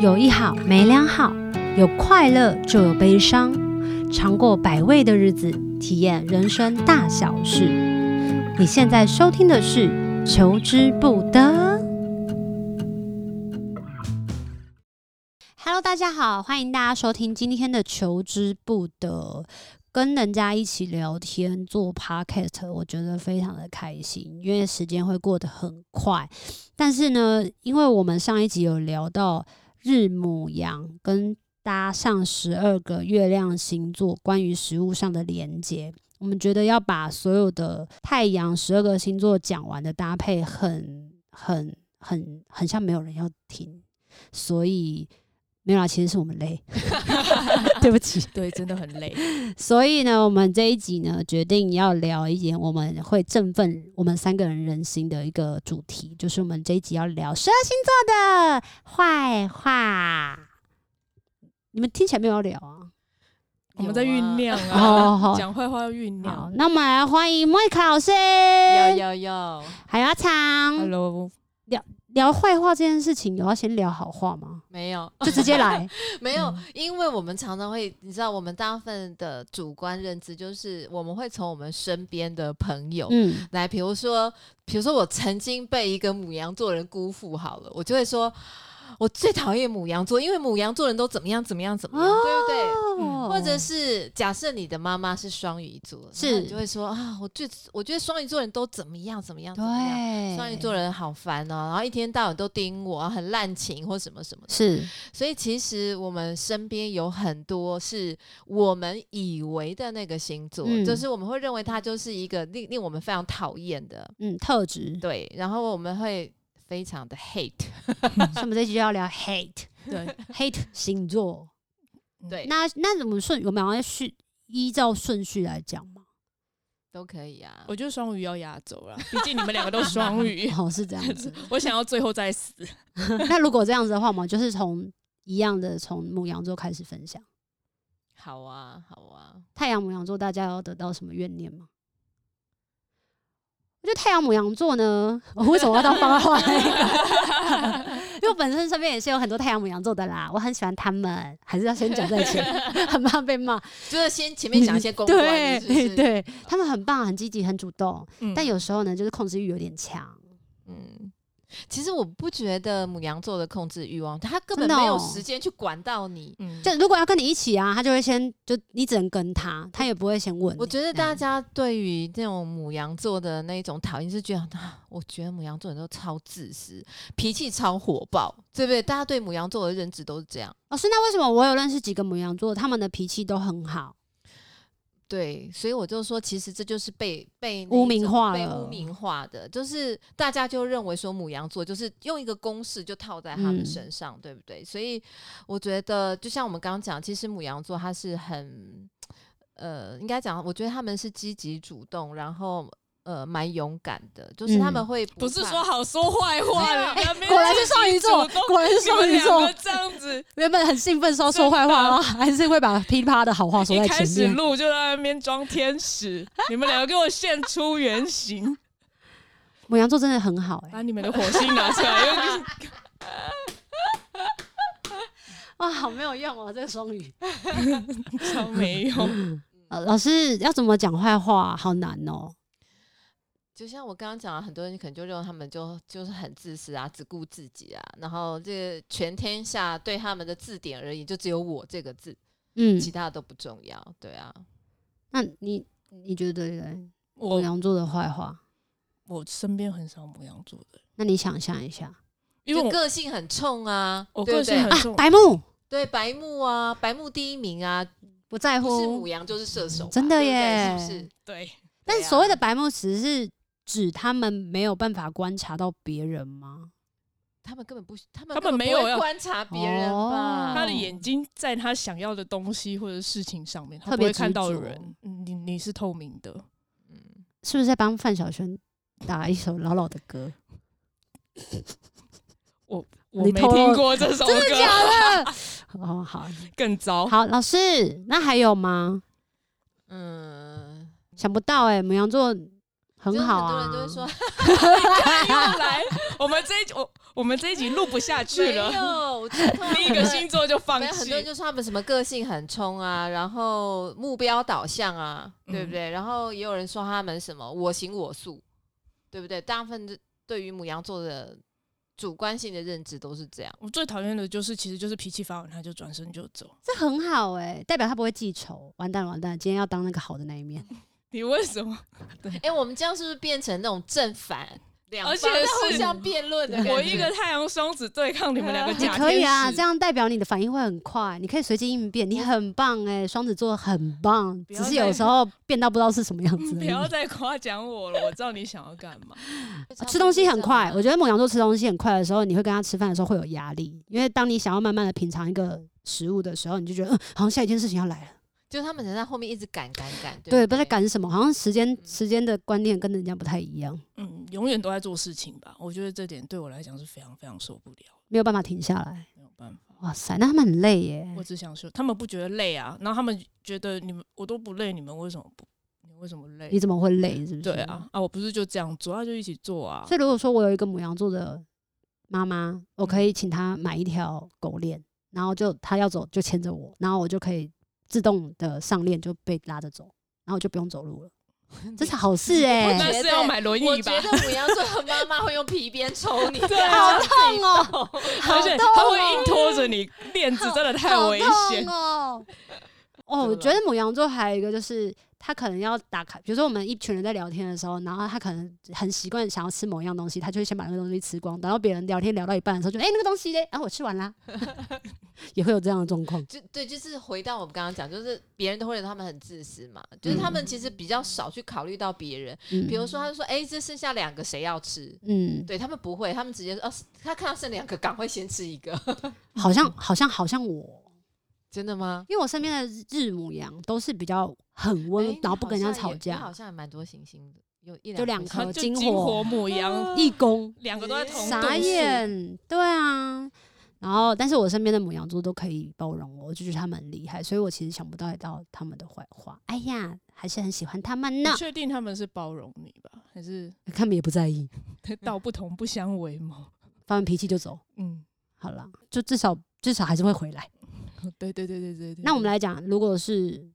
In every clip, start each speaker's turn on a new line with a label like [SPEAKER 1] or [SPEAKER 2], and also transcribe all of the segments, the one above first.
[SPEAKER 1] 有一好没两好，有快乐就有悲伤，尝过百味的日子，体验人生大小事。你现在收听的是《求之不得》。Hello，大家好，欢迎大家收听今天的《求之不得》。跟人家一起聊天做 podcast，我觉得非常的开心，因为时间会过得很快。但是呢，因为我们上一集有聊到日母羊跟搭上十二个月亮星座关于食物上的连接，我们觉得要把所有的太阳十二个星座讲完的搭配很，很很很很像没有人要听，所以没有啦，其实是我们 累，对不起。
[SPEAKER 2] 对，真的很累。
[SPEAKER 1] 所以呢，我们这一集呢，决定要聊一点我们会振奋我们三个人人心的一个主题，就是我们这一集要聊十二星座的坏话。你们听起来没有要聊啊？
[SPEAKER 2] 我们在
[SPEAKER 3] 有啊
[SPEAKER 2] 酝酿啊，
[SPEAKER 1] 哦，好，
[SPEAKER 2] 讲坏话要酝
[SPEAKER 1] 好
[SPEAKER 2] 酿。，
[SPEAKER 1] 那我们来欢迎莫卡老师，哎
[SPEAKER 3] 要要要，
[SPEAKER 1] 还有阿长。
[SPEAKER 2] Hello，
[SPEAKER 1] 聊坏话这件事情，有要先聊好话 吗？
[SPEAKER 3] 没有
[SPEAKER 1] 就直接来。
[SPEAKER 3] 没有
[SPEAKER 2] 嗯，
[SPEAKER 3] 因为我们常常会，你知道，我们大部分的主观认知就是我们会从我们身边的朋友
[SPEAKER 1] 嗯，
[SPEAKER 3] 来，比如说，比如说我曾经被一个母羊座人辜负好了，我就会说。我最讨厌母羊座，因为母羊座人都怎么样怎么样怎么样，对不对？
[SPEAKER 1] 哦
[SPEAKER 3] 或者是假设你的妈妈是双鱼座，
[SPEAKER 1] 是
[SPEAKER 3] 然后你就会说啊，我最我觉得双鱼座人都怎么样怎么样怎么样，
[SPEAKER 1] 对
[SPEAKER 3] 双鱼嗯座人好烦哦，然后一天到晚都盯我，很滥情或什么什么的。
[SPEAKER 1] 是
[SPEAKER 3] 所以其实我们身边有很多是我们以为的那个星座，
[SPEAKER 1] 嗯
[SPEAKER 3] 就是我们会认为它就是一个令令我们非常讨厌的，
[SPEAKER 1] 嗯特质。
[SPEAKER 3] 对，然后我们会非常的 hate，
[SPEAKER 1] 所以我们这一集就要聊 hate
[SPEAKER 2] 对，
[SPEAKER 1] hate 星座。
[SPEAKER 3] 对，
[SPEAKER 1] 嗯那那我们顺我们要序依照顺序来讲嘛？
[SPEAKER 3] 都可以啊。
[SPEAKER 2] 我觉得双鱼要压轴 了，毕竟你们两个都双鱼。
[SPEAKER 1] 哦，是这样子。
[SPEAKER 2] 我想要最后再死。
[SPEAKER 1] 那如果这样子的话，我们就是从一样的从母羊座开始分享。
[SPEAKER 3] 好啊，好啊，
[SPEAKER 1] 太阳母羊座大家要得到什么怨念吗？我觉得太阳母羊座呢， 我为什么要当八卦那个？ 因为我本身身边也是有很多太阳母羊座的啦，我很喜欢他们，还是要先讲在前， 很怕被骂。
[SPEAKER 3] 就是先前面讲一些公 关
[SPEAKER 1] 对
[SPEAKER 3] 的，是不是，
[SPEAKER 1] 对，他们很棒，很积极，很主动，
[SPEAKER 2] 嗯
[SPEAKER 1] 但有时候呢，就是控制欲有点强。
[SPEAKER 3] 嗯。其实我不觉得母羊座的控制欲望，他根
[SPEAKER 1] 真
[SPEAKER 3] 本
[SPEAKER 1] 的哦
[SPEAKER 3] 没有时间去管到你。
[SPEAKER 2] 嗯
[SPEAKER 1] 就如果要跟你一起啊，他就会先就你只能跟他，他也不会先问你。
[SPEAKER 3] 我觉得
[SPEAKER 1] 这样
[SPEAKER 3] 大家对于那种母羊座的那一种讨厌，是觉得啊，我觉得母羊座人都超自私，脾气超火爆，对不对？大家对母羊座的认知都是这样。
[SPEAKER 1] 老师，那为什么我有认识几个母羊座，他们的脾气都很好？
[SPEAKER 3] 对，所以我就说，其实这就是被被那
[SPEAKER 1] 污
[SPEAKER 3] 一
[SPEAKER 1] 名
[SPEAKER 3] 种
[SPEAKER 1] 化
[SPEAKER 3] 被
[SPEAKER 1] 了
[SPEAKER 3] 污名化的，就是大家就认为说母羊座就是用一个公式就套在他们
[SPEAKER 1] 嗯
[SPEAKER 3] 身上，对不对？所以我觉得，就像我们刚刚讲，其实母羊座它是很，呃，应该讲，我觉得他们是积极主动，然后呃，蛮勇敢的，就是他们
[SPEAKER 1] 嗯
[SPEAKER 3] 会不
[SPEAKER 2] 不是
[SPEAKER 3] 怕
[SPEAKER 2] 说好说坏话的，你们没有
[SPEAKER 1] 哎果然是双鱼座
[SPEAKER 2] 积极主，动
[SPEAKER 1] 果然是
[SPEAKER 2] 你
[SPEAKER 1] 双
[SPEAKER 2] 们
[SPEAKER 1] 鱼
[SPEAKER 2] 两
[SPEAKER 1] 座
[SPEAKER 2] 个。这样子，
[SPEAKER 1] 原本很兴奋说说坏话，然后还是会把噼里啪啦的好话说
[SPEAKER 2] 一
[SPEAKER 1] 在
[SPEAKER 2] 开
[SPEAKER 1] 前
[SPEAKER 2] 始
[SPEAKER 1] 面。
[SPEAKER 2] 录就在那边装天 使，你们两个给我现出原形，
[SPEAKER 1] 母羊座真的很好哎、
[SPEAKER 2] 把你们的火星拿出来，又
[SPEAKER 1] 哇，好没有用哦，这个双语。
[SPEAKER 2] 超没用。
[SPEAKER 1] 呃，老师要怎么讲坏话，好难哦。
[SPEAKER 3] 就像我刚刚讲的，很多人可能就认为他们就就是很自私啊，只顾自己啊，然后这个全天下对他们的字典而言，就只有我这个字，
[SPEAKER 1] 嗯，
[SPEAKER 3] 其他的都不重要。对啊，
[SPEAKER 1] 那你你觉得嘞母
[SPEAKER 2] 我
[SPEAKER 1] 羊座的坏话？
[SPEAKER 2] 我身边很少母羊座的，
[SPEAKER 1] 那你想象一下，
[SPEAKER 2] 因为
[SPEAKER 3] 就
[SPEAKER 2] 我
[SPEAKER 3] 个性很冲啊，
[SPEAKER 2] 我
[SPEAKER 3] 对不
[SPEAKER 2] 个性
[SPEAKER 3] 对
[SPEAKER 2] 很重，
[SPEAKER 1] 白目
[SPEAKER 3] 对白目啊，白目第一名啊，
[SPEAKER 1] 不在
[SPEAKER 3] 不是母
[SPEAKER 1] 乎，
[SPEAKER 3] 羊就是射手嘛，
[SPEAKER 1] 真的
[SPEAKER 3] 对不对
[SPEAKER 1] 耶
[SPEAKER 3] 是不是？
[SPEAKER 2] 对，
[SPEAKER 1] 但
[SPEAKER 3] 对啊
[SPEAKER 1] 所谓的白目只是指他们没有办法观察到别人吗？
[SPEAKER 3] 他们根本不，他们
[SPEAKER 2] 他
[SPEAKER 3] 根
[SPEAKER 2] 们
[SPEAKER 3] 本不
[SPEAKER 2] 没有
[SPEAKER 3] 会
[SPEAKER 2] 要
[SPEAKER 3] 观察别人吧？
[SPEAKER 1] 哦
[SPEAKER 2] 他的眼睛在他想要的东西或者事情上面，他
[SPEAKER 1] 特
[SPEAKER 2] 不
[SPEAKER 1] 别
[SPEAKER 2] 会看
[SPEAKER 1] 执
[SPEAKER 2] 到
[SPEAKER 1] 着
[SPEAKER 2] 人。嗯你你是透明的，
[SPEAKER 3] 嗯
[SPEAKER 1] 是不是在帮范晓萱打一首老老的歌？
[SPEAKER 2] 我
[SPEAKER 1] 你
[SPEAKER 2] 没
[SPEAKER 1] 透
[SPEAKER 2] 听
[SPEAKER 1] 露
[SPEAKER 2] 过这首歌，
[SPEAKER 1] 真的假的？哦，好
[SPEAKER 2] 更糟。
[SPEAKER 1] 好，老师，那还有吗？
[SPEAKER 3] 嗯，
[SPEAKER 1] 想不到哎、母羊座很
[SPEAKER 3] 就是
[SPEAKER 1] 好
[SPEAKER 3] 很多
[SPEAKER 1] 啊
[SPEAKER 3] 人。都会说，
[SPEAKER 2] 又来，我们这一集我我们这一集录不下去
[SPEAKER 3] 没
[SPEAKER 2] 了，
[SPEAKER 3] 有，我觉得
[SPEAKER 2] 第 一个星座就放
[SPEAKER 3] 没有很
[SPEAKER 2] 弃
[SPEAKER 3] 多。人就是他们什么个性很冲啊，然后目标导向啊，对不对？然后也有人说他们什么我行我素，对不对？大部分的对于母羊座的主观性的认知都是这样。
[SPEAKER 2] 我最讨厌的就是，其实就是脾气发完他就转身就走。
[SPEAKER 1] 这很好哎、代表他不会记仇。完蛋了，完蛋了，今天要当那个好的那一 面。
[SPEAKER 2] 你为什么？
[SPEAKER 3] 哎，我们这样是不是变成那种正反两方
[SPEAKER 2] 而且
[SPEAKER 3] 在互
[SPEAKER 2] 是
[SPEAKER 3] 相辩论的感觉？
[SPEAKER 2] 我一个太阳双子对抗你们两个
[SPEAKER 1] 也
[SPEAKER 2] 假
[SPEAKER 1] 可以啊，
[SPEAKER 2] 天使
[SPEAKER 1] 这样代表你的反应会很快，你可以随机应变，你很棒哎、双子座很棒，
[SPEAKER 2] 不要
[SPEAKER 1] 只是
[SPEAKER 2] 再
[SPEAKER 1] 有时候变到不知道是什么样子而
[SPEAKER 2] 不
[SPEAKER 1] 已。
[SPEAKER 2] 要
[SPEAKER 1] 啊
[SPEAKER 2] 再夸奖我了，我知道你想要干嘛。
[SPEAKER 1] 吃东西很快，我
[SPEAKER 3] 得
[SPEAKER 1] 觉得母羊座吃东西很快的时候，你会跟他吃饭的时候会有压力，因为当你想要慢慢的品尝一个食物的时候，你就觉得、嗯、好像下一件事情要来了，
[SPEAKER 3] 就是他们人在后面一直赶赶赶，
[SPEAKER 1] 对，
[SPEAKER 3] 不
[SPEAKER 1] 不知道在赶什么，好像时间
[SPEAKER 3] 嗯
[SPEAKER 1] 时间的观念跟人家不太一样，
[SPEAKER 2] 嗯，永远都在做事情吧，我觉得这点对我来讲是非常非常受不了，
[SPEAKER 1] 没有办法停下来。
[SPEAKER 2] 没有办法。
[SPEAKER 1] 哇塞，那他们很累耶，
[SPEAKER 2] 我只想说，他们不觉得累啊，然后他们觉得你们我都不累，你们为什么不？你为什么累
[SPEAKER 1] 你？怎么会累？是不是？
[SPEAKER 2] 对啊，啊，我不是就这样做，啊，就一起做啊。
[SPEAKER 1] 所以如果说我有一个母羊座的妈妈，我可以请她买一条狗链，然后就她要走就牵着我，然后我就可以自动的上链就被拉着走，然后我就不用走路了，这是好事哎、
[SPEAKER 3] 觉
[SPEAKER 2] 那
[SPEAKER 3] 得
[SPEAKER 2] 是要买轮
[SPEAKER 3] 我
[SPEAKER 2] 椅吧
[SPEAKER 3] 觉？得母羊座的妈妈会用皮鞭抽你， 对
[SPEAKER 1] 好
[SPEAKER 3] 啊
[SPEAKER 1] 痛哦、
[SPEAKER 2] 而且他会硬拖着你，链子真的太
[SPEAKER 1] 好
[SPEAKER 2] 危险
[SPEAKER 1] 痛。哦、哦，我
[SPEAKER 2] 真的
[SPEAKER 1] 觉得母羊座还有一个就是，他可能要打开，比如说我们一群人在聊天的时候，然后他可能很习惯想要吃某一样东西，他就会先把那个东西吃光，等到别人聊天聊到一半的时候就，哎那个东西嘞，然、后我吃完 啦，也会有这样的状况。
[SPEAKER 3] 就对，就是回到我们刚刚讲，就是别人都会觉得他们很自私嘛，就是他们其实比较少去考虑到别人，
[SPEAKER 1] 嗯
[SPEAKER 3] 比如说他就说，哎、这剩下两个谁要吃？
[SPEAKER 1] 嗯，
[SPEAKER 3] 对他们不会，他们直接说，哦、他看到剩两个，赶快先吃一个。
[SPEAKER 1] 好像好像好像我，
[SPEAKER 3] 真的 吗？
[SPEAKER 1] 因为我身边的日母羊都是比较很温，
[SPEAKER 3] 哎
[SPEAKER 1] 然后不跟人家
[SPEAKER 3] 你
[SPEAKER 1] 吵
[SPEAKER 3] 好像也你
[SPEAKER 1] 架
[SPEAKER 3] 好，像还蛮多行星的，有一
[SPEAKER 1] 就两
[SPEAKER 3] 颗
[SPEAKER 1] 颗
[SPEAKER 2] 就
[SPEAKER 1] 金
[SPEAKER 2] 金
[SPEAKER 1] 火
[SPEAKER 2] 火母羊，
[SPEAKER 1] 一公
[SPEAKER 2] 两个都在同
[SPEAKER 1] 傻
[SPEAKER 2] 度数
[SPEAKER 1] 眼，对啊。然后，但是我身边的母羊座都可以包容我，我就觉得他们很厉害，所以我其实想不到到他们的坏话。哎呀，还是很喜欢他们呢
[SPEAKER 2] 你。确定他们是包容你吧？还是
[SPEAKER 1] 他们也不在意，
[SPEAKER 2] 道不同不相为谋？
[SPEAKER 1] 发完脾气就走，
[SPEAKER 2] 嗯，
[SPEAKER 1] 好了，就至少至少还是会回来。
[SPEAKER 2] 对对对对对对。
[SPEAKER 1] 那我们来讲，如果是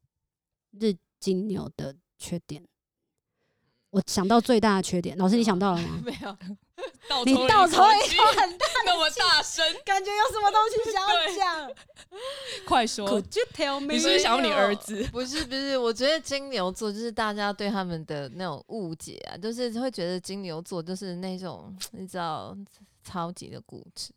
[SPEAKER 1] 日金牛的缺点，我想到最大的缺点，老师你想到了吗？
[SPEAKER 3] 没有，
[SPEAKER 2] 倒
[SPEAKER 1] 你倒抽一
[SPEAKER 2] 口很大，那么大声，
[SPEAKER 1] 感觉有什么东西想
[SPEAKER 2] 对
[SPEAKER 1] 讲
[SPEAKER 2] 快说！
[SPEAKER 1] you tell me？
[SPEAKER 2] 你是不是想要你儿子？
[SPEAKER 3] 不是不是，我觉得金牛座就是大家对他们的那种误解啊，就是会觉得金牛座就是那种你知道超级的固执。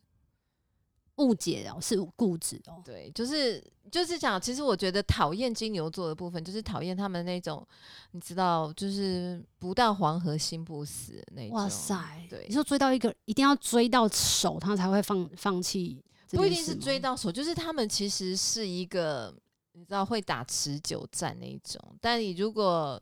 [SPEAKER 1] 误解哦，是固执哦。
[SPEAKER 3] 对，就是就是讲，其实我觉得讨厌金牛座的部分，就是讨厌他们那种，你知道，就是不到黄河心不死的那种。
[SPEAKER 1] 哇塞！
[SPEAKER 3] 对
[SPEAKER 1] 你说追到一个一定要追到手，他才会放放弃这件事吗，
[SPEAKER 3] 不一定是追到手，就是他们其实是一个，你知道会打持久战那一种。但你如果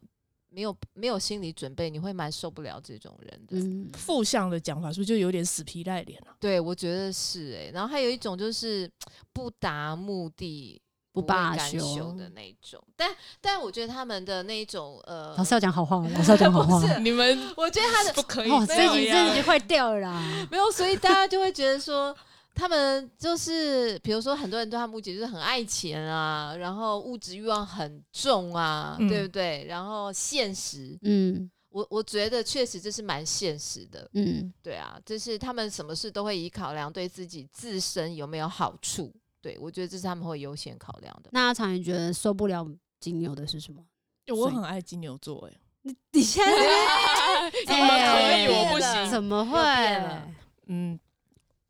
[SPEAKER 3] 没有没有心理准备，你会蛮受不了这种人的。
[SPEAKER 1] 嗯，
[SPEAKER 2] 负向的讲法是不是就有点死皮赖脸啊了？
[SPEAKER 3] 对，我觉得是诶、然后还有一种就是不达目的
[SPEAKER 1] 不
[SPEAKER 3] 会
[SPEAKER 1] 罢
[SPEAKER 3] 甘休
[SPEAKER 1] 休。
[SPEAKER 3] 的那一种。但但我觉得他们的那一种呃，
[SPEAKER 1] 老师要讲好话了，老师要讲好话
[SPEAKER 3] 不
[SPEAKER 1] 了。
[SPEAKER 3] 是
[SPEAKER 2] 你们
[SPEAKER 3] 我觉得他的
[SPEAKER 2] 不可以
[SPEAKER 1] 哦，
[SPEAKER 2] 这
[SPEAKER 1] 这一集
[SPEAKER 2] 样
[SPEAKER 1] 这一集坏掉了啦。
[SPEAKER 3] 没有，所以大家就会觉得说，他们就是比如说很多人对他们误解就是很爱钱啊，然后物质欲望很重啊，
[SPEAKER 2] 嗯
[SPEAKER 3] 对不对？然后现实，
[SPEAKER 1] 嗯
[SPEAKER 3] 我我觉得确实这是蛮现实的，
[SPEAKER 1] 嗯，
[SPEAKER 3] 对啊，就是他们什么事都会以考量对自己自身有没有好处，对我觉得这是他们会优先考量的。
[SPEAKER 1] 那阿长，你觉得受不了金牛的是什么？
[SPEAKER 2] 我很爱金牛座，哎，
[SPEAKER 1] 你现 在
[SPEAKER 2] 怎么
[SPEAKER 1] 哎
[SPEAKER 2] 可以？
[SPEAKER 3] 又
[SPEAKER 2] 哎我
[SPEAKER 3] 变
[SPEAKER 2] 不
[SPEAKER 3] 了
[SPEAKER 2] 行。
[SPEAKER 1] 怎么会
[SPEAKER 3] 又？变了
[SPEAKER 2] 嗯，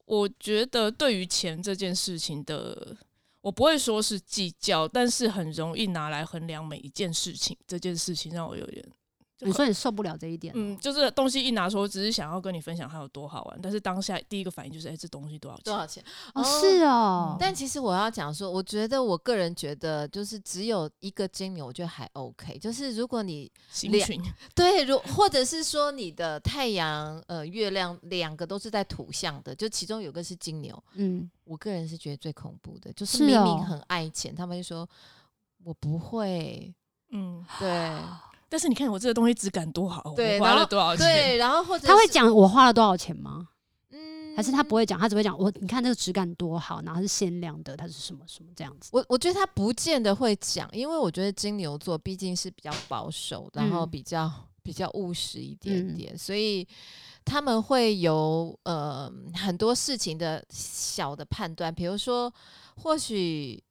[SPEAKER 2] 我觉得对于钱这件事情的，我不会说是计较，但是很容易拿来衡量每一件事情。这件事情让我有点，
[SPEAKER 1] 你说你受不了这一点？
[SPEAKER 2] 嗯，就是东西一拿出，我只是想要跟你分享它有多好玩，但是当下第一个反应就是，哎、这东西多少
[SPEAKER 3] 多
[SPEAKER 2] 钱？
[SPEAKER 3] 少钱？
[SPEAKER 1] 哦，是哦。
[SPEAKER 3] 但其实我要讲说，我觉得我个人觉得，就是只有一个金牛，我觉得还 OK。就是如果你
[SPEAKER 2] 行
[SPEAKER 3] 两
[SPEAKER 2] 群，
[SPEAKER 3] 对，如或者是说你的太阳、呃月亮两个都是在土象的，就其中有个是金牛，
[SPEAKER 1] 嗯，
[SPEAKER 3] 我个人是觉得最恐怖的，就是
[SPEAKER 1] 是
[SPEAKER 3] 明
[SPEAKER 1] 哦
[SPEAKER 3] 明很爱钱，他们就说我不会，
[SPEAKER 2] 嗯，
[SPEAKER 3] 对
[SPEAKER 2] 但是你看我这个东西质感多好，
[SPEAKER 3] 对
[SPEAKER 2] 我花
[SPEAKER 3] 然
[SPEAKER 2] 了
[SPEAKER 3] 后
[SPEAKER 2] 多少钱？
[SPEAKER 3] 对，然后或者
[SPEAKER 1] 他会
[SPEAKER 3] 是
[SPEAKER 1] 讲我花了多少钱吗？
[SPEAKER 3] 嗯，
[SPEAKER 1] 还是他不会讲，他只会讲我你看这个质感多好，然后是限量的，它是什么什么这样子。
[SPEAKER 3] 我我觉得他不见得会讲，因为我觉得金牛座毕竟是比较保守，然后
[SPEAKER 1] 嗯
[SPEAKER 3] 比较、比较务实一点
[SPEAKER 1] 嗯
[SPEAKER 3] 点，所以他们会有呃很多事情的小的判断，比如说或许。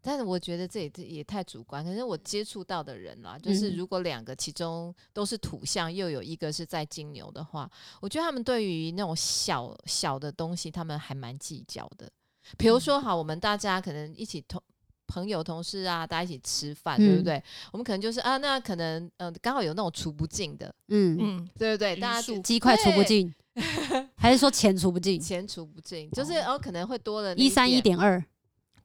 [SPEAKER 3] 但是我觉得这也也太主观，可是我接触到的人啦，就是
[SPEAKER 1] 嗯
[SPEAKER 3] 如果两个其中都是土象，又有一个是在金牛的话，我觉得他们对于那种小小的东西，他们还蛮计较的。比
[SPEAKER 1] 嗯
[SPEAKER 3] 如说，好，我们大家可能一起同朋友、同事啊，大家一起吃饭，对不
[SPEAKER 1] 嗯
[SPEAKER 3] 对？我们可能就是啊，那可能呃，刚好有那种除不尽的，
[SPEAKER 1] 嗯，
[SPEAKER 2] 嗯，
[SPEAKER 3] 对不对？
[SPEAKER 2] 余
[SPEAKER 3] 大家
[SPEAKER 2] 数
[SPEAKER 3] 就
[SPEAKER 1] 鸡块除不尽， 还是说钱除不尽？
[SPEAKER 3] 钱除不尽，就是
[SPEAKER 1] 哦
[SPEAKER 3] 哦，可能会多了那
[SPEAKER 1] 一三一
[SPEAKER 3] 点，
[SPEAKER 1] 点二，
[SPEAKER 2] 嗯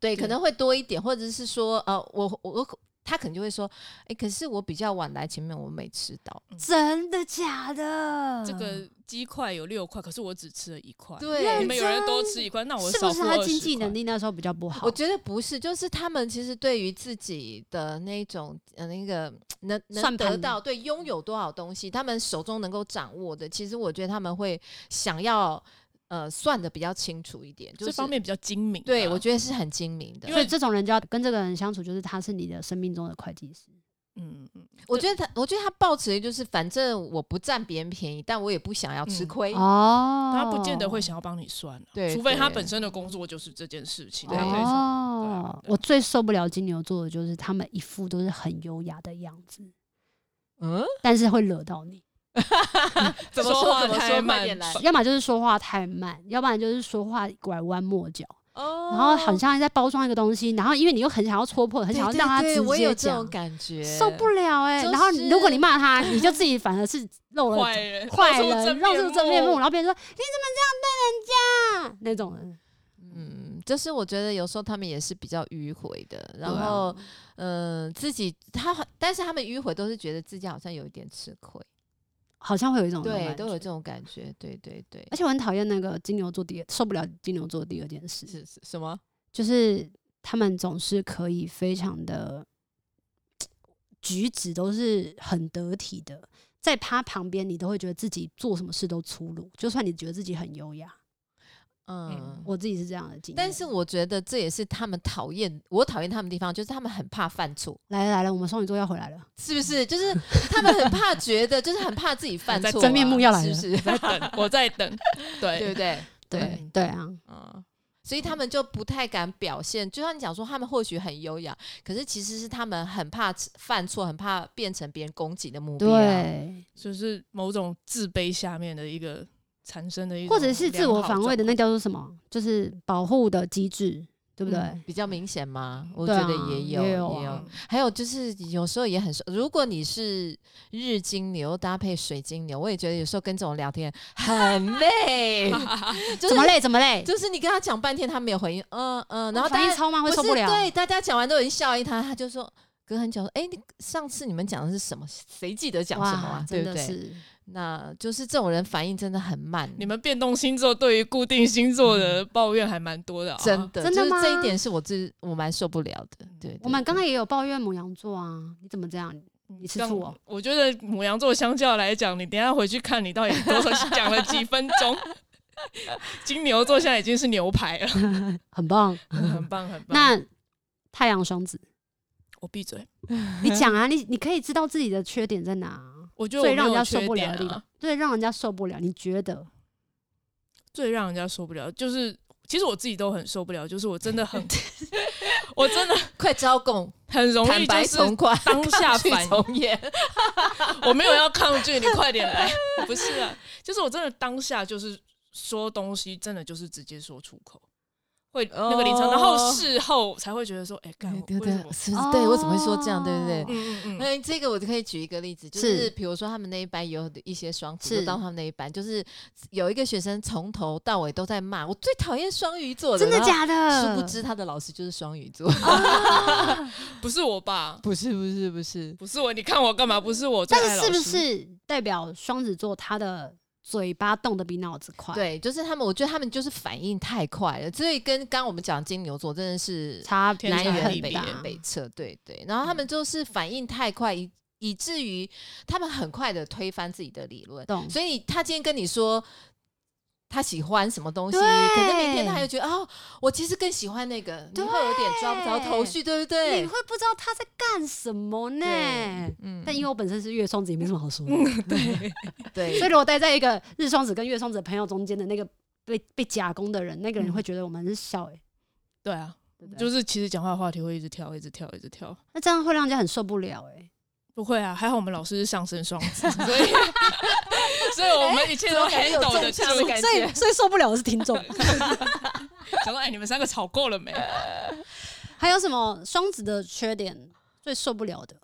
[SPEAKER 3] 对，
[SPEAKER 2] 对
[SPEAKER 3] 可能会多一点，或者是说呃，我我我他可能就会说，哎，可是我比较晚来，前面我没吃到，
[SPEAKER 1] 真的假的？
[SPEAKER 2] 这个鸡块有六块，可是我只吃了一块。，
[SPEAKER 1] 认
[SPEAKER 3] 对
[SPEAKER 2] 你们有人多吃一块，那我
[SPEAKER 1] 是
[SPEAKER 2] 少
[SPEAKER 1] 不是
[SPEAKER 2] 付
[SPEAKER 1] 他
[SPEAKER 2] 20
[SPEAKER 1] 经济
[SPEAKER 2] 块
[SPEAKER 1] 能力那时候比较不好？
[SPEAKER 3] 我觉得不是，就是他们其实对于自己的那种呃那个能能
[SPEAKER 1] 算
[SPEAKER 3] 得
[SPEAKER 1] 盘
[SPEAKER 3] 到对拥有多少东西，他们手中能够掌握的，其实我觉得他们会想要呃算的比较清楚一点，就是
[SPEAKER 2] 这方面比较精明啊。
[SPEAKER 3] 对我觉得是很精明的
[SPEAKER 2] 因。
[SPEAKER 1] 所
[SPEAKER 2] 为
[SPEAKER 1] 以这种人就要跟这个人相处，就是他是你的生命中的会计师。
[SPEAKER 2] 嗯，嗯
[SPEAKER 3] 我觉得他，我觉得他抱持的就是反正我不占别人便宜，但我也不想要吃
[SPEAKER 2] 嗯
[SPEAKER 3] 亏。
[SPEAKER 1] 哦，
[SPEAKER 2] 他不见得会想要帮你算、啊，
[SPEAKER 3] 对
[SPEAKER 2] 除非他
[SPEAKER 3] 对
[SPEAKER 2] 本身的工作就是这件事情，
[SPEAKER 3] 对
[SPEAKER 2] 他可以说对啊
[SPEAKER 1] 哦，
[SPEAKER 2] 对啊
[SPEAKER 1] 我最受不了金牛座的就是他们一副都是很优雅的样子，
[SPEAKER 3] 嗯，
[SPEAKER 1] 但是会惹到你。
[SPEAKER 3] 怎么
[SPEAKER 2] 说
[SPEAKER 3] 说
[SPEAKER 2] 话
[SPEAKER 3] 怎么
[SPEAKER 2] 太
[SPEAKER 3] 说，快
[SPEAKER 2] 慢
[SPEAKER 3] 点来
[SPEAKER 2] 反。
[SPEAKER 1] 要么就是说话太慢，要不然就是说话拐弯抹角，
[SPEAKER 3] 哦
[SPEAKER 1] 然后很像在包装一个东西，然后因为你又很想要戳破，很想要让他
[SPEAKER 3] 对对
[SPEAKER 1] 直
[SPEAKER 3] 对我有
[SPEAKER 1] 接
[SPEAKER 3] 这种
[SPEAKER 1] 讲，
[SPEAKER 3] 感觉，
[SPEAKER 1] 受不了哎、
[SPEAKER 3] 就
[SPEAKER 1] 然后如果
[SPEAKER 3] 是
[SPEAKER 1] 你骂他，你就自己反而 是露了
[SPEAKER 2] 坏人，
[SPEAKER 1] 坏
[SPEAKER 2] 露
[SPEAKER 1] 人，露出真面目，然后别人说你怎么这样对人家那种人，
[SPEAKER 3] 嗯，就是我觉得有时候他们也是比较迂回的，然
[SPEAKER 1] 对啊
[SPEAKER 3] 后嗯、呃自己他好，但是他们迂回都是觉得自己好像有一点吃亏，
[SPEAKER 1] 好像嗯会有一种
[SPEAKER 3] 对，
[SPEAKER 1] 感
[SPEAKER 3] 都有
[SPEAKER 1] 觉
[SPEAKER 3] 这种感觉，对对对，
[SPEAKER 1] 而且我很讨厌那个金牛座第二，受不了金牛座第二件事，
[SPEAKER 3] 是是什么？
[SPEAKER 1] 就是他们总是可以非常的举止都是很得体的，在他旁边你都会觉得自己做什么事都粗鲁，就算你觉得自己很优雅，
[SPEAKER 3] 嗯，
[SPEAKER 1] 我自己是这样的经验。
[SPEAKER 3] 但是我觉得这也是他们讨厌我讨厌他们的地方，就是他们很怕犯错，
[SPEAKER 1] 来了来了，我们双鱼座要回来了，
[SPEAKER 3] 是不是？就是他们很怕觉得，就是很怕自己犯
[SPEAKER 2] 在
[SPEAKER 3] 错啊、
[SPEAKER 1] 真面目要来
[SPEAKER 3] 是
[SPEAKER 1] 了
[SPEAKER 3] 不是？
[SPEAKER 2] 在等，我在等，
[SPEAKER 3] 对
[SPEAKER 2] 对
[SPEAKER 3] 不对？
[SPEAKER 1] 对对啊，
[SPEAKER 3] 嗯，所以他们就不太敢表现。就像你讲说，他们或许很优雅，可是其实是他们很怕犯错，很怕变成别人攻击的目啊标。，
[SPEAKER 1] 对，
[SPEAKER 2] 就是某种自卑下面的一个产生的一种
[SPEAKER 1] 或者是自我
[SPEAKER 2] 良好
[SPEAKER 1] 防卫的那
[SPEAKER 2] 状
[SPEAKER 1] 叫做什么？就是保护的机制，对不对？
[SPEAKER 2] 嗯
[SPEAKER 3] 比较明显吗？我
[SPEAKER 1] 对
[SPEAKER 3] 觉
[SPEAKER 1] 啊
[SPEAKER 3] 得也有，
[SPEAKER 1] 也有啊
[SPEAKER 2] 况嗯
[SPEAKER 3] 还有就是有时候也很，如果你是日金牛搭配水金牛，我也觉得有时候跟这种聊天很 累，就是
[SPEAKER 1] 怎么累怎么累？
[SPEAKER 3] 就是你跟他讲半天，他没有回应，嗯嗯，然后
[SPEAKER 1] 反
[SPEAKER 3] 大
[SPEAKER 1] 应
[SPEAKER 3] 家
[SPEAKER 1] 超慢
[SPEAKER 3] 不
[SPEAKER 1] 会
[SPEAKER 3] 是
[SPEAKER 1] 受不了。
[SPEAKER 3] 对，大家讲完都已经笑一他，他就说隔很久说，哎、你上次你们讲的是什么？谁记得讲什么
[SPEAKER 1] 哇
[SPEAKER 3] 啊？对
[SPEAKER 1] 真
[SPEAKER 3] 不
[SPEAKER 1] 的
[SPEAKER 3] 对？
[SPEAKER 1] 是
[SPEAKER 3] 那就是这种人反应真的很慢，
[SPEAKER 2] 你们变动星座对于固定星座的抱怨还蛮多的、啊，
[SPEAKER 3] 真的
[SPEAKER 1] 哦真的
[SPEAKER 3] 就是这
[SPEAKER 1] 吗嗯
[SPEAKER 3] 一点是我自我蛮受不了的。对
[SPEAKER 1] 我们刚刚也有抱怨母羊座啊，你怎么这样？你吃醋哦
[SPEAKER 2] 像我觉得母羊座相较来讲，你等一下回去看你到底多少讲了几分 钟。金牛座现在已经是牛排了，
[SPEAKER 1] 很 棒。
[SPEAKER 2] 很棒很棒。
[SPEAKER 1] 那太阳双子，
[SPEAKER 2] 我闭嘴，
[SPEAKER 1] 你讲啊，你你可以知道自己的缺点在哪啊，
[SPEAKER 2] 我觉得我
[SPEAKER 1] 最让
[SPEAKER 2] 没
[SPEAKER 1] 人
[SPEAKER 2] 有
[SPEAKER 1] 家受
[SPEAKER 2] 缺
[SPEAKER 1] 不
[SPEAKER 2] 点
[SPEAKER 1] 了的地
[SPEAKER 2] 啊
[SPEAKER 1] 方，，最让人家受不了。你觉得？
[SPEAKER 2] 最让人家受不了就是，其实我自己都很受不了，就是我真的很， 我真的
[SPEAKER 3] 快招供，
[SPEAKER 2] 很容
[SPEAKER 3] 坦
[SPEAKER 2] 易就
[SPEAKER 3] 白
[SPEAKER 2] 是
[SPEAKER 3] 从 宽，
[SPEAKER 2] 当下
[SPEAKER 3] 去
[SPEAKER 2] 反
[SPEAKER 3] 从严。
[SPEAKER 2] 我没有要抗拒，你快点来。 不是啊，就是我真的当下就是说东西，真的就是直接说出口，会那个临场，
[SPEAKER 3] 哦
[SPEAKER 2] 然后事后才会觉得说，哎、干我
[SPEAKER 3] 对
[SPEAKER 2] 为
[SPEAKER 3] 对，对？是
[SPEAKER 2] 什么
[SPEAKER 3] 不是？对我怎么会说这样？对不
[SPEAKER 1] 哦
[SPEAKER 3] 对？
[SPEAKER 2] 嗯嗯嗯，
[SPEAKER 3] 哎，这个我就可以举一个例子，就是是比如说他们那一班有一些双子，
[SPEAKER 1] 是
[SPEAKER 3] 就到他们那一班，就是有一个学生从头到尾都在骂，我最讨厌双鱼座的，
[SPEAKER 1] 真的
[SPEAKER 3] 然后
[SPEAKER 1] 假的？
[SPEAKER 3] 殊不知他的老师就是双鱼座，
[SPEAKER 2] 不是我吧？
[SPEAKER 3] 不是不是不是，
[SPEAKER 2] 不是我，你看我干嘛？不是我最
[SPEAKER 1] 但
[SPEAKER 2] 爱
[SPEAKER 1] 是
[SPEAKER 2] 老
[SPEAKER 1] 是
[SPEAKER 2] 师，
[SPEAKER 1] 不是代表双子座他的嘴巴动得比脑子快？，
[SPEAKER 3] 对，就是他们，我觉得他们就是反应太快了，所以跟刚刚我们讲金牛座真的是
[SPEAKER 1] 差
[SPEAKER 2] 天
[SPEAKER 3] 南
[SPEAKER 2] 差
[SPEAKER 3] 辕
[SPEAKER 2] 地
[SPEAKER 3] 北
[SPEAKER 2] 别
[SPEAKER 1] 很
[SPEAKER 3] 北辙，对对，然后他们就是反应太快，以以至于他们很快的推翻自己的理论，
[SPEAKER 1] 懂
[SPEAKER 3] 所以他今天跟你说。他喜欢什么东西，
[SPEAKER 1] 对
[SPEAKER 3] 可能明天他又觉得哦，我其实更喜欢那个，你
[SPEAKER 1] 对
[SPEAKER 3] 会有点抓不着头绪，对不
[SPEAKER 1] 你
[SPEAKER 3] 对？
[SPEAKER 1] 会不知道他在干什么呢？
[SPEAKER 3] 对嗯
[SPEAKER 1] 但因为我本身是月双子，也没什么好说的。 所以
[SPEAKER 3] 对啊
[SPEAKER 1] 如果待在一个日双子跟月双子的朋友中间的那个被被夹攻的人，那个人会觉得我们是小、欸，
[SPEAKER 2] 对啊，
[SPEAKER 1] 对不对？
[SPEAKER 2] 就是其实讲话的话题会一直跳，一直跳，一直跳。
[SPEAKER 1] 那这样会让人家很受不了、欸，哎，
[SPEAKER 2] 不会啊，还好我们老师是上升双 子，所 以所以我们一切都
[SPEAKER 3] 怎么很有
[SPEAKER 2] handle
[SPEAKER 3] 正
[SPEAKER 2] 得住
[SPEAKER 3] 向的。感
[SPEAKER 1] 所以
[SPEAKER 3] 觉。
[SPEAKER 1] 所以受不了的是听众。
[SPEAKER 2] 想说哎，你们三个吵够了没？
[SPEAKER 1] 还有什么双子的缺点最受不了的？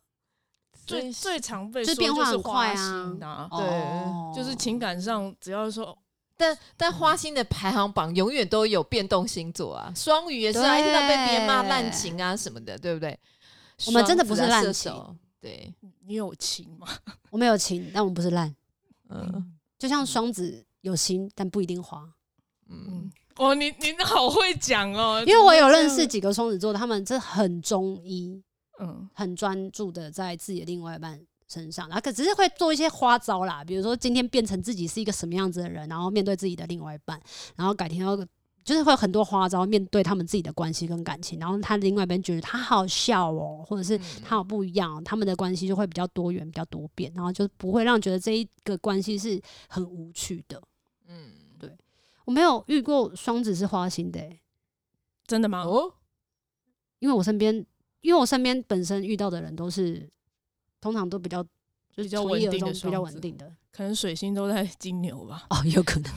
[SPEAKER 2] 最最常被
[SPEAKER 1] 就
[SPEAKER 2] 说
[SPEAKER 1] 是变化
[SPEAKER 2] 是
[SPEAKER 1] 很快
[SPEAKER 2] 花
[SPEAKER 1] 啊哦
[SPEAKER 2] 心啊，
[SPEAKER 3] 对
[SPEAKER 2] 就是情感上只要说
[SPEAKER 3] 但但花心的排行榜永远都有变动星座啊，双鱼也是啊，一
[SPEAKER 1] 对
[SPEAKER 3] 天到晚被别人骂滥情啊什么的，对不对？
[SPEAKER 1] 我们真的不是滥
[SPEAKER 3] 双
[SPEAKER 1] 情
[SPEAKER 3] 子啊射手对，
[SPEAKER 2] 你有情吗？
[SPEAKER 1] 我们有情，但我们不是烂，
[SPEAKER 3] 嗯
[SPEAKER 1] 就像双子有心，但不一定花。
[SPEAKER 3] 嗯
[SPEAKER 2] 嗯，哦，你你好会讲哦，
[SPEAKER 3] 呃
[SPEAKER 1] 因为我有认
[SPEAKER 2] 怎
[SPEAKER 1] 识
[SPEAKER 2] 么
[SPEAKER 1] 几个双子座的，他们真的很中医，
[SPEAKER 2] 这样，嗯，
[SPEAKER 1] 很专注的在自己的另外一半身上，然后可只是会做一些花招啦，比如说今天变成自己是一个什么样子的人，然后面对自己的另外一半，然后改天要就是会有很多花招面对他们自己的关系跟感情，然后他另外一边觉得他好笑哦、或者是
[SPEAKER 3] 嗯
[SPEAKER 1] 他好不一样哦、他们的关系就会比较多元、比较多变，然后就不会让觉得这一个关系是很无趣的。
[SPEAKER 3] 嗯
[SPEAKER 1] 我没有遇过双子是花心的、欸
[SPEAKER 2] 真的吗？
[SPEAKER 3] 哦，
[SPEAKER 1] 因为我身边，因为我身边本身遇到的人都是，通常都比较就是
[SPEAKER 2] 比较
[SPEAKER 1] 从一而
[SPEAKER 2] 稳定
[SPEAKER 1] 终
[SPEAKER 2] 的
[SPEAKER 1] 比较
[SPEAKER 2] 双
[SPEAKER 1] 稳
[SPEAKER 2] 子
[SPEAKER 1] 定的
[SPEAKER 2] 可能水星都在金牛吧，
[SPEAKER 1] 哦，有可能，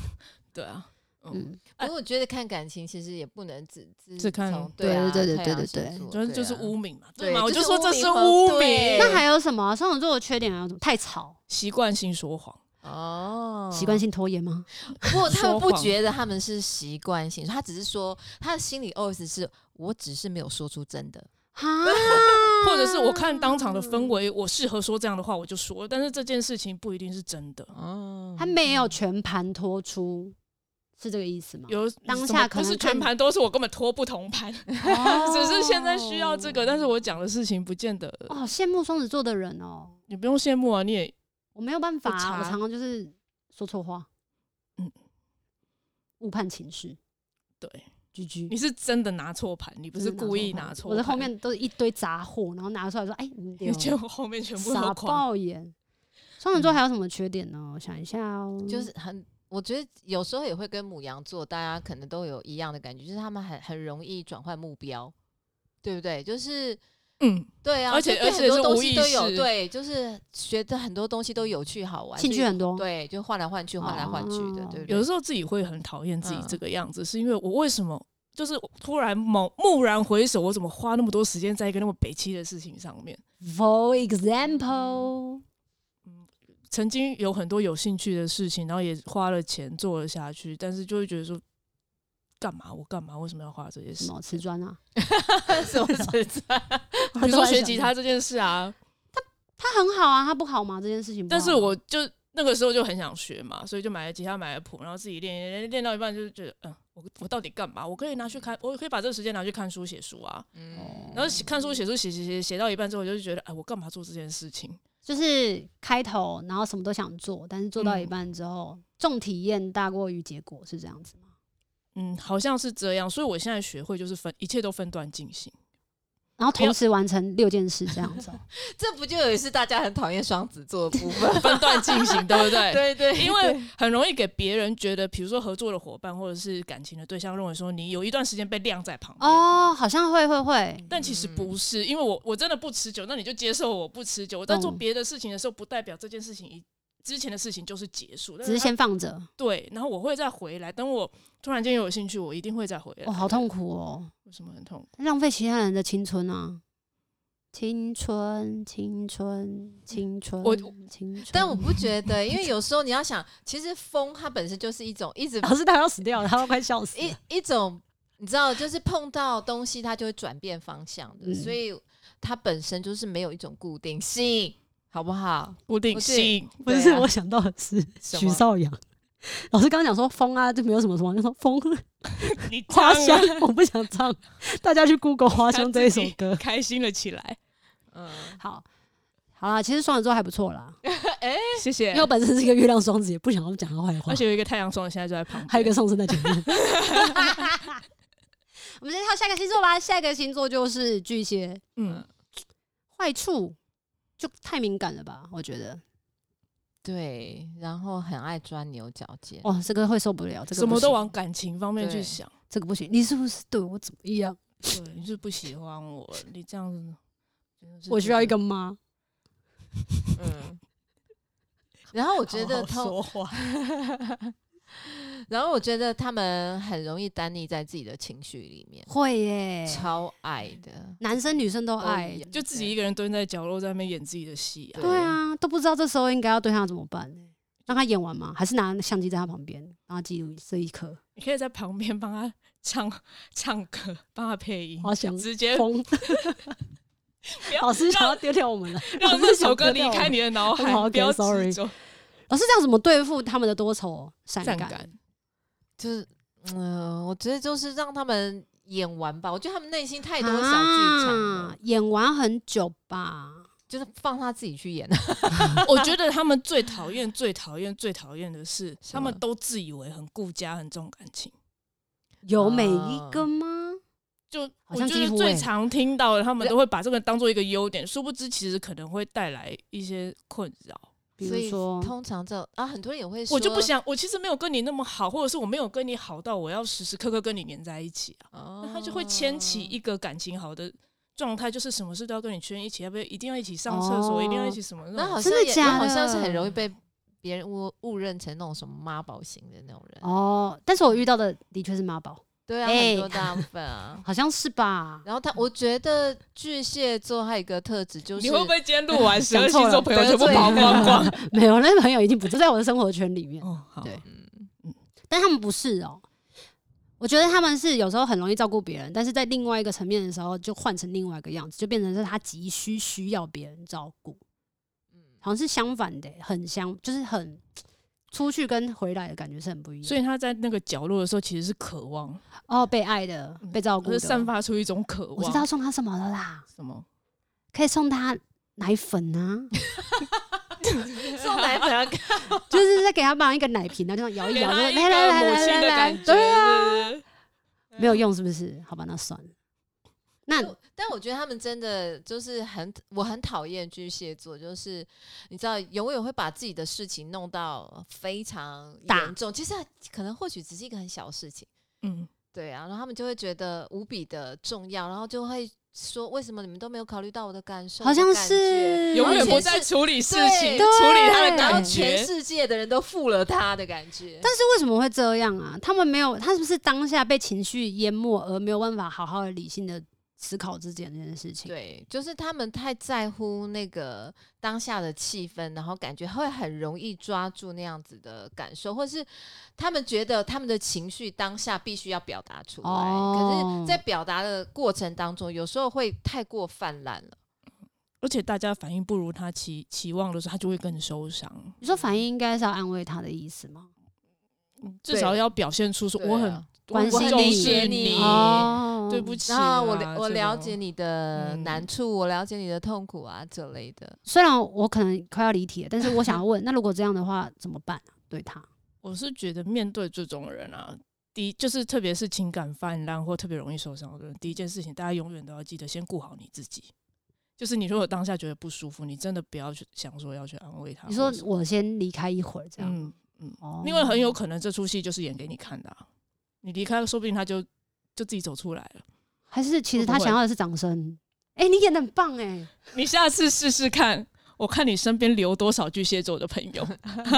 [SPEAKER 2] 对啊，嗯，
[SPEAKER 1] 嗯，
[SPEAKER 3] 因为我觉得看感情其实也不能只只
[SPEAKER 2] 只看
[SPEAKER 3] 从
[SPEAKER 1] 对
[SPEAKER 3] 啊
[SPEAKER 1] 对对
[SPEAKER 3] 太
[SPEAKER 1] 对
[SPEAKER 3] 阳
[SPEAKER 1] 对
[SPEAKER 3] 星
[SPEAKER 1] 对
[SPEAKER 3] 座
[SPEAKER 2] 主要就是
[SPEAKER 3] 对啊
[SPEAKER 2] 污名嘛，
[SPEAKER 3] 对
[SPEAKER 2] 嘛，我
[SPEAKER 3] 就
[SPEAKER 2] 就是说
[SPEAKER 3] 污
[SPEAKER 2] 这
[SPEAKER 3] 名
[SPEAKER 2] 是
[SPEAKER 3] 和
[SPEAKER 2] 污
[SPEAKER 3] 对
[SPEAKER 2] 名，
[SPEAKER 1] 那还有什么啊双子座的缺点啊？太吵，
[SPEAKER 2] 习惯性说谎，
[SPEAKER 1] 啊
[SPEAKER 2] 嗯
[SPEAKER 3] 哦，
[SPEAKER 1] 习惯性拖延 吗？
[SPEAKER 3] 不过他们
[SPEAKER 2] 说
[SPEAKER 3] 不
[SPEAKER 2] 谎
[SPEAKER 3] 觉得他们是习惯性，他只是说他的心里 OS 是我只是没有说出真的。
[SPEAKER 1] 哈，
[SPEAKER 2] 或者是我看当场的
[SPEAKER 1] 嗯
[SPEAKER 2] 氛围，我适合说这样的话，我就说了，但是这件事情不一定是真的。
[SPEAKER 3] 哦
[SPEAKER 1] 他没有全盘托出，是这个意思吗？
[SPEAKER 2] 有
[SPEAKER 1] 当
[SPEAKER 2] 什
[SPEAKER 1] 下
[SPEAKER 2] 么
[SPEAKER 1] 可
[SPEAKER 2] 不
[SPEAKER 1] 能
[SPEAKER 2] 是
[SPEAKER 1] 看
[SPEAKER 2] 全盘都是我根本拖不同盘，
[SPEAKER 1] 哦
[SPEAKER 2] 只是现在需要这个，但是我讲的事情不见得，
[SPEAKER 1] 哦，羡慕双子座的人哦，
[SPEAKER 2] 你不用羡慕啊，你也
[SPEAKER 1] 我没有办法啊，
[SPEAKER 2] 查
[SPEAKER 1] 我常常就是说错话，嗯
[SPEAKER 2] 嗯，
[SPEAKER 1] 误判情势，
[SPEAKER 2] 对，
[SPEAKER 1] 居居
[SPEAKER 2] 你。是真的拿错盘，你不是故意拿错
[SPEAKER 1] 我
[SPEAKER 2] 盘。
[SPEAKER 1] 的后面都是一堆杂货，然后拿出来说：“哎，你
[SPEAKER 2] 因为
[SPEAKER 1] 丢
[SPEAKER 2] 结果后面全部
[SPEAKER 1] 傻
[SPEAKER 2] 都狂，嗯
[SPEAKER 1] 爆眼。”双子座还有什么缺点呢？我想一下哦，
[SPEAKER 3] 嗯就是很，我觉得有时候也会跟母羊座，大家可能都有一样的感觉，就是他们很很容易转换目标，对不对？就是
[SPEAKER 2] 嗯，
[SPEAKER 3] 对啊，
[SPEAKER 2] 而且
[SPEAKER 3] 就对
[SPEAKER 2] 而且
[SPEAKER 3] 很多
[SPEAKER 2] 是
[SPEAKER 3] 东
[SPEAKER 2] 无
[SPEAKER 3] 西
[SPEAKER 2] 意
[SPEAKER 3] 都有，
[SPEAKER 2] 识
[SPEAKER 3] 对，就是觉得很多东西都有趣好玩，
[SPEAKER 1] 兴趣
[SPEAKER 3] 就
[SPEAKER 1] 很多，
[SPEAKER 3] 对，就换来换去，换来换去的，
[SPEAKER 1] 哦
[SPEAKER 3] 对不对？
[SPEAKER 2] 有的时候自己会很讨厌自己
[SPEAKER 3] 嗯
[SPEAKER 2] 这个样子，是因为我为什么就是突然猛蓦然回首，我怎么花那么多时间在一个那么北七的事情上面？
[SPEAKER 1] For
[SPEAKER 2] 嗯
[SPEAKER 1] example，
[SPEAKER 2] 曾经有很多有兴趣的事情，然后也花了钱做了下去，但是就会觉得说，干嘛我干嘛为什么要花这些
[SPEAKER 1] 什
[SPEAKER 2] 事？
[SPEAKER 1] 么瓷砖 啊，
[SPEAKER 3] 什么职责？
[SPEAKER 2] 比如说学吉他这件事啊，
[SPEAKER 1] 他很好啊，他不好吗？这件事情不好
[SPEAKER 2] 但
[SPEAKER 1] 吗，
[SPEAKER 2] 是我就那个时候就很想学嘛，所以就买了吉他，买了谱，然后自己练练练到一半，就是觉得，嗯，我我到底干嘛？我可以拿去看，我可以把这个时间拿去看书写书啊。
[SPEAKER 3] 嗯
[SPEAKER 2] 然后写看书写书写写写写到一半之后，我就觉得，哎，我干嘛做这件事情？
[SPEAKER 1] 就是开头，然后什么都想做，但是做到一
[SPEAKER 2] 嗯
[SPEAKER 1] 半之后，重体验大过于结果，是这样子吗？
[SPEAKER 2] 嗯，好像是这样，所以我现在学会就是分一切都分段进行。
[SPEAKER 1] 然后
[SPEAKER 2] 没
[SPEAKER 1] 同
[SPEAKER 2] 有
[SPEAKER 1] 时完成六件事这样子哦，
[SPEAKER 3] 这不就有是大家很讨厌双子座的部 分？
[SPEAKER 2] 分段进行，对不对？
[SPEAKER 3] 对对，
[SPEAKER 2] 因为很容易给别人觉得，比如说合作的伙伴或者是感情的对象，认为说你有一段时间被晾在旁 边。
[SPEAKER 1] 哦，好像会会会，
[SPEAKER 2] 但其实不
[SPEAKER 1] 嗯
[SPEAKER 2] 是，因为我我真的不持久，那你就接受我不持久。我在做
[SPEAKER 1] 懂
[SPEAKER 2] 别的事情的时候，不代表这件事情一之前的事情就是结束。但
[SPEAKER 1] 只是
[SPEAKER 2] 是它
[SPEAKER 1] 先放着，
[SPEAKER 2] 对，然后我会再回来。等我突然间有兴趣，我一定会再回来。
[SPEAKER 1] 哦，好痛苦哦，
[SPEAKER 2] 为什么很痛苦？
[SPEAKER 1] 浪费其他人的青春啊！青春，青春，青春，
[SPEAKER 2] 我啊
[SPEAKER 1] 青春。
[SPEAKER 3] 但我不觉得，因为有时候你要想，其实风它本身就是一种一直
[SPEAKER 1] 老师他要死掉了，他要快笑死
[SPEAKER 3] 一一种，你知道，就是碰到东西它就会转变方向的，
[SPEAKER 1] 嗯
[SPEAKER 3] 所以它本身就是没有一种固定性，好不好？
[SPEAKER 2] 固定
[SPEAKER 3] 不是
[SPEAKER 2] 性，
[SPEAKER 1] 不
[SPEAKER 3] 对
[SPEAKER 1] 是，
[SPEAKER 3] 啊
[SPEAKER 1] 我想到的是
[SPEAKER 3] 什
[SPEAKER 1] 许
[SPEAKER 3] 么
[SPEAKER 1] 绍洋。老师刚刚讲说风啊，就没有什么什么，就说风
[SPEAKER 2] 你
[SPEAKER 1] 花
[SPEAKER 2] 这样
[SPEAKER 1] 香
[SPEAKER 2] 啊，
[SPEAKER 1] 我不想唱。大家去 Google 花香这一首歌。
[SPEAKER 2] 开心了起来。
[SPEAKER 3] 嗯，
[SPEAKER 1] 好，好啦，其实双子座还不错啦，
[SPEAKER 3] 哎、
[SPEAKER 2] 谢谢
[SPEAKER 1] 因为。我本身是一个月亮双子，也不想要讲他坏话
[SPEAKER 2] 而。且有一个太阳双子现在就在旁边，
[SPEAKER 1] 还有一个上升在前面。我们先跳下一个星座吧，下一个星座就是巨蟹。
[SPEAKER 2] 嗯，
[SPEAKER 1] 坏处就太敏感了吧？我觉得，
[SPEAKER 3] 对，然后很爱钻牛角尖。
[SPEAKER 1] 哦，这个会受不了，这个
[SPEAKER 2] 什
[SPEAKER 1] 不
[SPEAKER 2] 么都
[SPEAKER 1] 行
[SPEAKER 2] 往感情方面去
[SPEAKER 3] 对
[SPEAKER 2] 想。
[SPEAKER 1] 这个不行。你是不是对我怎么样？
[SPEAKER 2] 对，你是不喜欢我，你这样子真的是
[SPEAKER 1] 我需要一
[SPEAKER 2] 觉
[SPEAKER 1] 个
[SPEAKER 2] 得
[SPEAKER 1] 妈。
[SPEAKER 3] 嗯，然后我觉得
[SPEAKER 2] 好
[SPEAKER 3] 通，
[SPEAKER 2] 好说话，
[SPEAKER 3] 然后我觉得他们很容易单立在自己的情绪里面，
[SPEAKER 1] 会耶，
[SPEAKER 3] 超爱的。
[SPEAKER 1] 男生女生都
[SPEAKER 3] 都
[SPEAKER 1] 爱
[SPEAKER 3] 一。样
[SPEAKER 2] 就自己一个人蹲在角落在那边演自己的戏啊。
[SPEAKER 3] 对
[SPEAKER 1] 对啊，都不知道这时候应该要对他怎么办呢？让他演完吗？还是拿相机在他旁边，让他记录这一刻？
[SPEAKER 2] 你可以在旁边帮他唱唱歌，帮他配音，
[SPEAKER 1] 好想
[SPEAKER 2] 直接
[SPEAKER 1] 疯。
[SPEAKER 2] 不要
[SPEAKER 1] 老师想要
[SPEAKER 2] 让
[SPEAKER 1] 丢掉我们了，老
[SPEAKER 2] 让
[SPEAKER 1] 师
[SPEAKER 2] 这
[SPEAKER 1] 想
[SPEAKER 2] 首歌
[SPEAKER 1] 丢掉
[SPEAKER 2] 离
[SPEAKER 1] 我们
[SPEAKER 2] 开你的脑海
[SPEAKER 1] 好，
[SPEAKER 2] 不要
[SPEAKER 1] OK，sorry
[SPEAKER 2] 执着。
[SPEAKER 1] 老师这样怎么对付他们的多愁善
[SPEAKER 2] 善
[SPEAKER 1] 感？
[SPEAKER 2] 感
[SPEAKER 3] 就是，嗯、我觉得就是让他们演完吧。我觉得他们内心太
[SPEAKER 1] 太
[SPEAKER 3] 多小剧场了，
[SPEAKER 1] 啊演完很久吧。
[SPEAKER 3] 就是放他自己去演。
[SPEAKER 2] 我觉得他们最讨厌、最讨厌、最讨厌的是，他
[SPEAKER 3] 么
[SPEAKER 2] 们都自以为很顾家、很重感情。
[SPEAKER 1] 有每一个吗？
[SPEAKER 2] 就
[SPEAKER 1] 好
[SPEAKER 2] 我
[SPEAKER 1] 像
[SPEAKER 2] 觉
[SPEAKER 1] 几
[SPEAKER 2] 得
[SPEAKER 1] 乎欸
[SPEAKER 2] 最常听到的，他们都会把这个当做一个优点，殊不知其实可能会带来一些困扰。
[SPEAKER 1] 比
[SPEAKER 3] 所
[SPEAKER 1] 如
[SPEAKER 3] 以
[SPEAKER 1] 说，
[SPEAKER 3] 通常这啊，很多人也会说，
[SPEAKER 2] 我就不想，我其实没有跟你那么好，或者是我没有跟你好到我要时时刻刻跟你黏在一起啊，
[SPEAKER 3] 哦，
[SPEAKER 2] 那他就会牵起一个感情好的状态，就是什么事都要跟你圈一起，要不要一定要一起上厕所，
[SPEAKER 1] 哦
[SPEAKER 2] 一定要一起什么那
[SPEAKER 3] 那好
[SPEAKER 2] 种。
[SPEAKER 3] 像
[SPEAKER 1] 真的
[SPEAKER 3] 也
[SPEAKER 1] 假
[SPEAKER 3] 也好像是
[SPEAKER 1] 的
[SPEAKER 3] 很容易被别人误误认成那种什么妈宝型的那种人。
[SPEAKER 1] 哦，但是我遇到的的确是妈宝，
[SPEAKER 3] 对啊，
[SPEAKER 1] 哎
[SPEAKER 3] 很多大部分啊。
[SPEAKER 1] 好像是吧？
[SPEAKER 3] 然后他，我觉得巨蟹座还有一个特质就是，
[SPEAKER 2] 你会不会今天录 完十
[SPEAKER 1] 讲
[SPEAKER 2] 二
[SPEAKER 1] 错
[SPEAKER 2] 星
[SPEAKER 1] 了
[SPEAKER 2] 座朋友
[SPEAKER 3] 得
[SPEAKER 2] 全部
[SPEAKER 3] 罪
[SPEAKER 2] 跑
[SPEAKER 3] 人
[SPEAKER 2] 光光？
[SPEAKER 1] 没有，那朋友已经不在我的生活圈里面，
[SPEAKER 2] 哦，好
[SPEAKER 1] 对
[SPEAKER 3] 嗯
[SPEAKER 1] 但他们不是哦。我觉得他们是有时候很容易照顾别人，但是在另外一个层面的时候，就换成另外一个样子，就变成是他急需需要别人照顾，
[SPEAKER 3] 嗯，
[SPEAKER 1] 好像是相反的，很相，就是很出去跟回来的感觉是很不一样。
[SPEAKER 2] 所以他在那个角落的时候，其实是渴望，
[SPEAKER 1] 哦，被爱的，被照顾
[SPEAKER 2] 嗯就是
[SPEAKER 1] 的，
[SPEAKER 2] 散发出一种渴望。
[SPEAKER 1] 我知道送他什么了啦，
[SPEAKER 2] 什 么？
[SPEAKER 1] 可以送他奶粉啊，
[SPEAKER 3] 送奶
[SPEAKER 2] 啊
[SPEAKER 3] 粉要干
[SPEAKER 1] 就是在给他绑一个奶瓶，然后这样摇一
[SPEAKER 2] 给
[SPEAKER 1] 摇，就
[SPEAKER 2] 他
[SPEAKER 1] 说
[SPEAKER 2] 一
[SPEAKER 1] 来来
[SPEAKER 2] 个
[SPEAKER 1] 来
[SPEAKER 2] 母
[SPEAKER 1] 来
[SPEAKER 2] 亲
[SPEAKER 1] 来
[SPEAKER 2] 的
[SPEAKER 1] 来，
[SPEAKER 2] 感觉，
[SPEAKER 1] 对啊，
[SPEAKER 2] 是不是
[SPEAKER 1] 没有用是不是？好吧，那算了。那
[SPEAKER 3] 我但我觉得他们真的就是很，我很讨厌巨蟹座，就是你知道，永远会把自己的事情弄到非常
[SPEAKER 1] 大
[SPEAKER 3] 严重。其实可能或许只是一个很小的事情，
[SPEAKER 2] 嗯，
[SPEAKER 3] 对啊，然后他们就会觉得无比的重要，然后就会说，为什么你们都没有考虑到我的感受？
[SPEAKER 1] 好像
[SPEAKER 3] 我的感觉
[SPEAKER 1] 是
[SPEAKER 2] 永远
[SPEAKER 3] 完全
[SPEAKER 2] 不在
[SPEAKER 3] 是
[SPEAKER 2] 处理事
[SPEAKER 3] 对
[SPEAKER 2] 情，处理他
[SPEAKER 1] 然
[SPEAKER 2] 的
[SPEAKER 1] 后
[SPEAKER 2] 感
[SPEAKER 3] 然后全
[SPEAKER 2] 觉。
[SPEAKER 3] 世界的人都负了他的感觉。
[SPEAKER 1] 但是为什么会这样啊？他们没有，他是不是当下被情绪淹没而没有办法好好的理性的思考这件这件事情？
[SPEAKER 3] 对，就是他们太在乎那个当下的气氛，然后感觉会很容易抓住那样子的感受，或是他们觉得他们的情绪当下必须要表达出来，可
[SPEAKER 1] 哦
[SPEAKER 3] 是，在表达的过程当中，有时候会太过泛滥了。
[SPEAKER 2] 而且大家反应不如他期期望的时候，他就会更受伤。
[SPEAKER 1] 你说反应应该是要安慰他的意思吗？
[SPEAKER 2] 至少要表现出说
[SPEAKER 3] 对
[SPEAKER 2] 我很
[SPEAKER 3] 啊
[SPEAKER 2] 我
[SPEAKER 1] 关
[SPEAKER 2] 我
[SPEAKER 1] 心
[SPEAKER 2] 重
[SPEAKER 1] 你
[SPEAKER 2] 视
[SPEAKER 3] 理解
[SPEAKER 1] 哦，
[SPEAKER 2] 对不起
[SPEAKER 3] 然
[SPEAKER 2] 啊，
[SPEAKER 3] 后我了我
[SPEAKER 2] 这
[SPEAKER 3] 了
[SPEAKER 2] 种
[SPEAKER 3] 解你的
[SPEAKER 2] 嗯
[SPEAKER 3] 难处，我了解你的痛苦啊这类的。
[SPEAKER 1] 虽然我可能快要离题了，但是我想要问，那如果这样的话怎么办啊？对 他，
[SPEAKER 2] 我是觉得面对这种人啊，第一就是特别是情感泛滥或特别容易受伤的人，第一件事情大家永远都要记得先顾好你自己。就是你如果当下觉得不舒服，你真的不要去想说要去安慰他或
[SPEAKER 1] 你
[SPEAKER 2] 者什么。
[SPEAKER 1] 说我先离开一会儿这样，
[SPEAKER 2] 嗯嗯，
[SPEAKER 1] 哦
[SPEAKER 2] 因为很有可能这出戏就是演给你看的啊、你离开了，说不定他就就自己走出来了。
[SPEAKER 1] 还是其实
[SPEAKER 2] 会不
[SPEAKER 1] 他
[SPEAKER 2] 会
[SPEAKER 1] 想要的是掌声。哎、你演的很棒哎、
[SPEAKER 2] 你下次试试看，我看你身边留多少巨蟹座的朋友。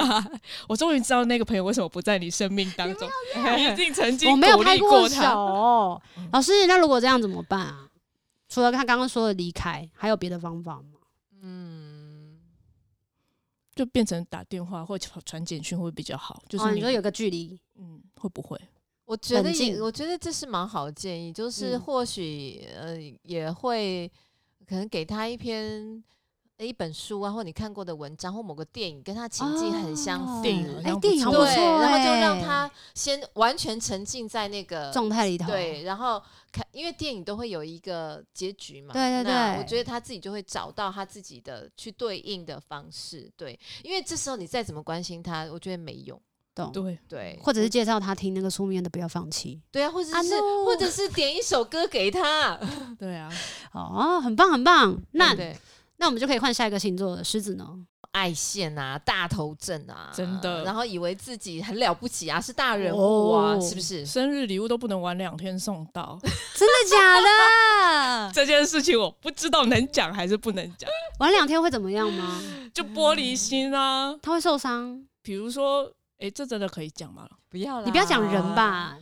[SPEAKER 2] 我终于知道那个朋友为什么不在你生命当中，你 一定曾经
[SPEAKER 1] 我没有
[SPEAKER 2] 鼓
[SPEAKER 1] 拍
[SPEAKER 2] 励过
[SPEAKER 1] 手
[SPEAKER 2] 他。
[SPEAKER 1] 哦。老师，那如果这样怎么办啊？除了他刚刚说的离开，还有别的方法吗？
[SPEAKER 3] 嗯，
[SPEAKER 2] 就变成打电话或传传简讯会比较好，就
[SPEAKER 1] 哦，
[SPEAKER 2] 是
[SPEAKER 1] 你
[SPEAKER 2] 你、
[SPEAKER 1] 说有个距离，
[SPEAKER 2] 嗯会不会？
[SPEAKER 3] 我觉
[SPEAKER 1] 冷
[SPEAKER 3] 得也，
[SPEAKER 1] 静
[SPEAKER 3] 我觉得这是蛮好的建议，就是
[SPEAKER 1] 嗯
[SPEAKER 3] 或许、呃也会可能给他一篇，诶一本书啊，或你看过的文章或某个电影，跟他情境很相
[SPEAKER 1] 哦
[SPEAKER 3] 似，
[SPEAKER 2] 电影好
[SPEAKER 1] 哎、
[SPEAKER 2] 像不
[SPEAKER 1] 电影好
[SPEAKER 2] 错
[SPEAKER 1] 不错、
[SPEAKER 3] 对，
[SPEAKER 1] 欸，
[SPEAKER 3] 然后就让他先完全沉浸在那个
[SPEAKER 1] 状态里头，
[SPEAKER 3] 对，然后看，因为电影都会有一个结局嘛。
[SPEAKER 1] 对对
[SPEAKER 3] 那
[SPEAKER 1] 对
[SPEAKER 3] 我觉得他自己就会找到他自己的去对应的方式。对，因为这时候你再怎么关心他，我觉得没用。
[SPEAKER 1] 懂，
[SPEAKER 2] 对，
[SPEAKER 3] 对，
[SPEAKER 1] 或者
[SPEAKER 3] 我
[SPEAKER 1] 是介绍他听那个书面的，不要放弃。
[SPEAKER 3] 对啊，或者
[SPEAKER 1] 啊
[SPEAKER 3] 是、
[SPEAKER 1] ，no
[SPEAKER 3] 或者是点一首歌给 他。
[SPEAKER 2] 对啊，
[SPEAKER 1] 哦，很棒很棒。那
[SPEAKER 3] 对不对
[SPEAKER 1] 那我们就可以换下一个星座了，狮子呢？
[SPEAKER 3] 爱线啊，大头症啊，
[SPEAKER 2] 真的
[SPEAKER 3] 然后以为自己很了不起啊，是大人物啊，
[SPEAKER 1] 哦
[SPEAKER 3] 是不是？
[SPEAKER 2] 生日礼物都不能晚两天送到，
[SPEAKER 1] 真的假
[SPEAKER 3] 啊
[SPEAKER 1] 的？
[SPEAKER 2] 这件事情我不知道能讲还是不能讲，
[SPEAKER 1] 玩两天会怎么样吗？
[SPEAKER 2] 就玻璃心啊。
[SPEAKER 1] 他会受伤？
[SPEAKER 2] 比如说，诶，这真的可以讲吗？
[SPEAKER 3] 不要啦，
[SPEAKER 1] 你不要讲人？吧，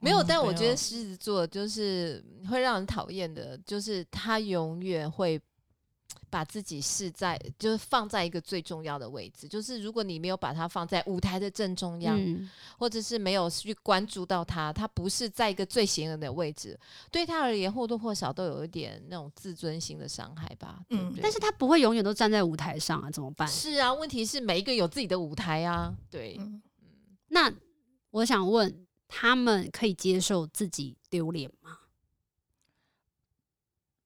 [SPEAKER 3] 没有，
[SPEAKER 2] 嗯
[SPEAKER 3] 但我
[SPEAKER 2] 没
[SPEAKER 3] 觉
[SPEAKER 2] 有
[SPEAKER 3] 得狮子座就是会让人讨厌的，就是他永远会把自己是在，就是放在一个最重要的位置。就是如果你没有把它放在舞台的正中央，
[SPEAKER 1] 嗯，
[SPEAKER 3] 或者是没有去关注到他，他不是在一个最显眼的位置，对他而言或多或少都有一点那种自尊心的伤害吧。对不
[SPEAKER 2] 嗯
[SPEAKER 3] 对
[SPEAKER 1] 但是他不会永远都站在舞台上啊，怎么办？
[SPEAKER 3] 是啊，问题是每一个有自己的舞台啊，对，
[SPEAKER 2] 嗯，
[SPEAKER 1] 那我想问，他们可以接受自己丢脸吗？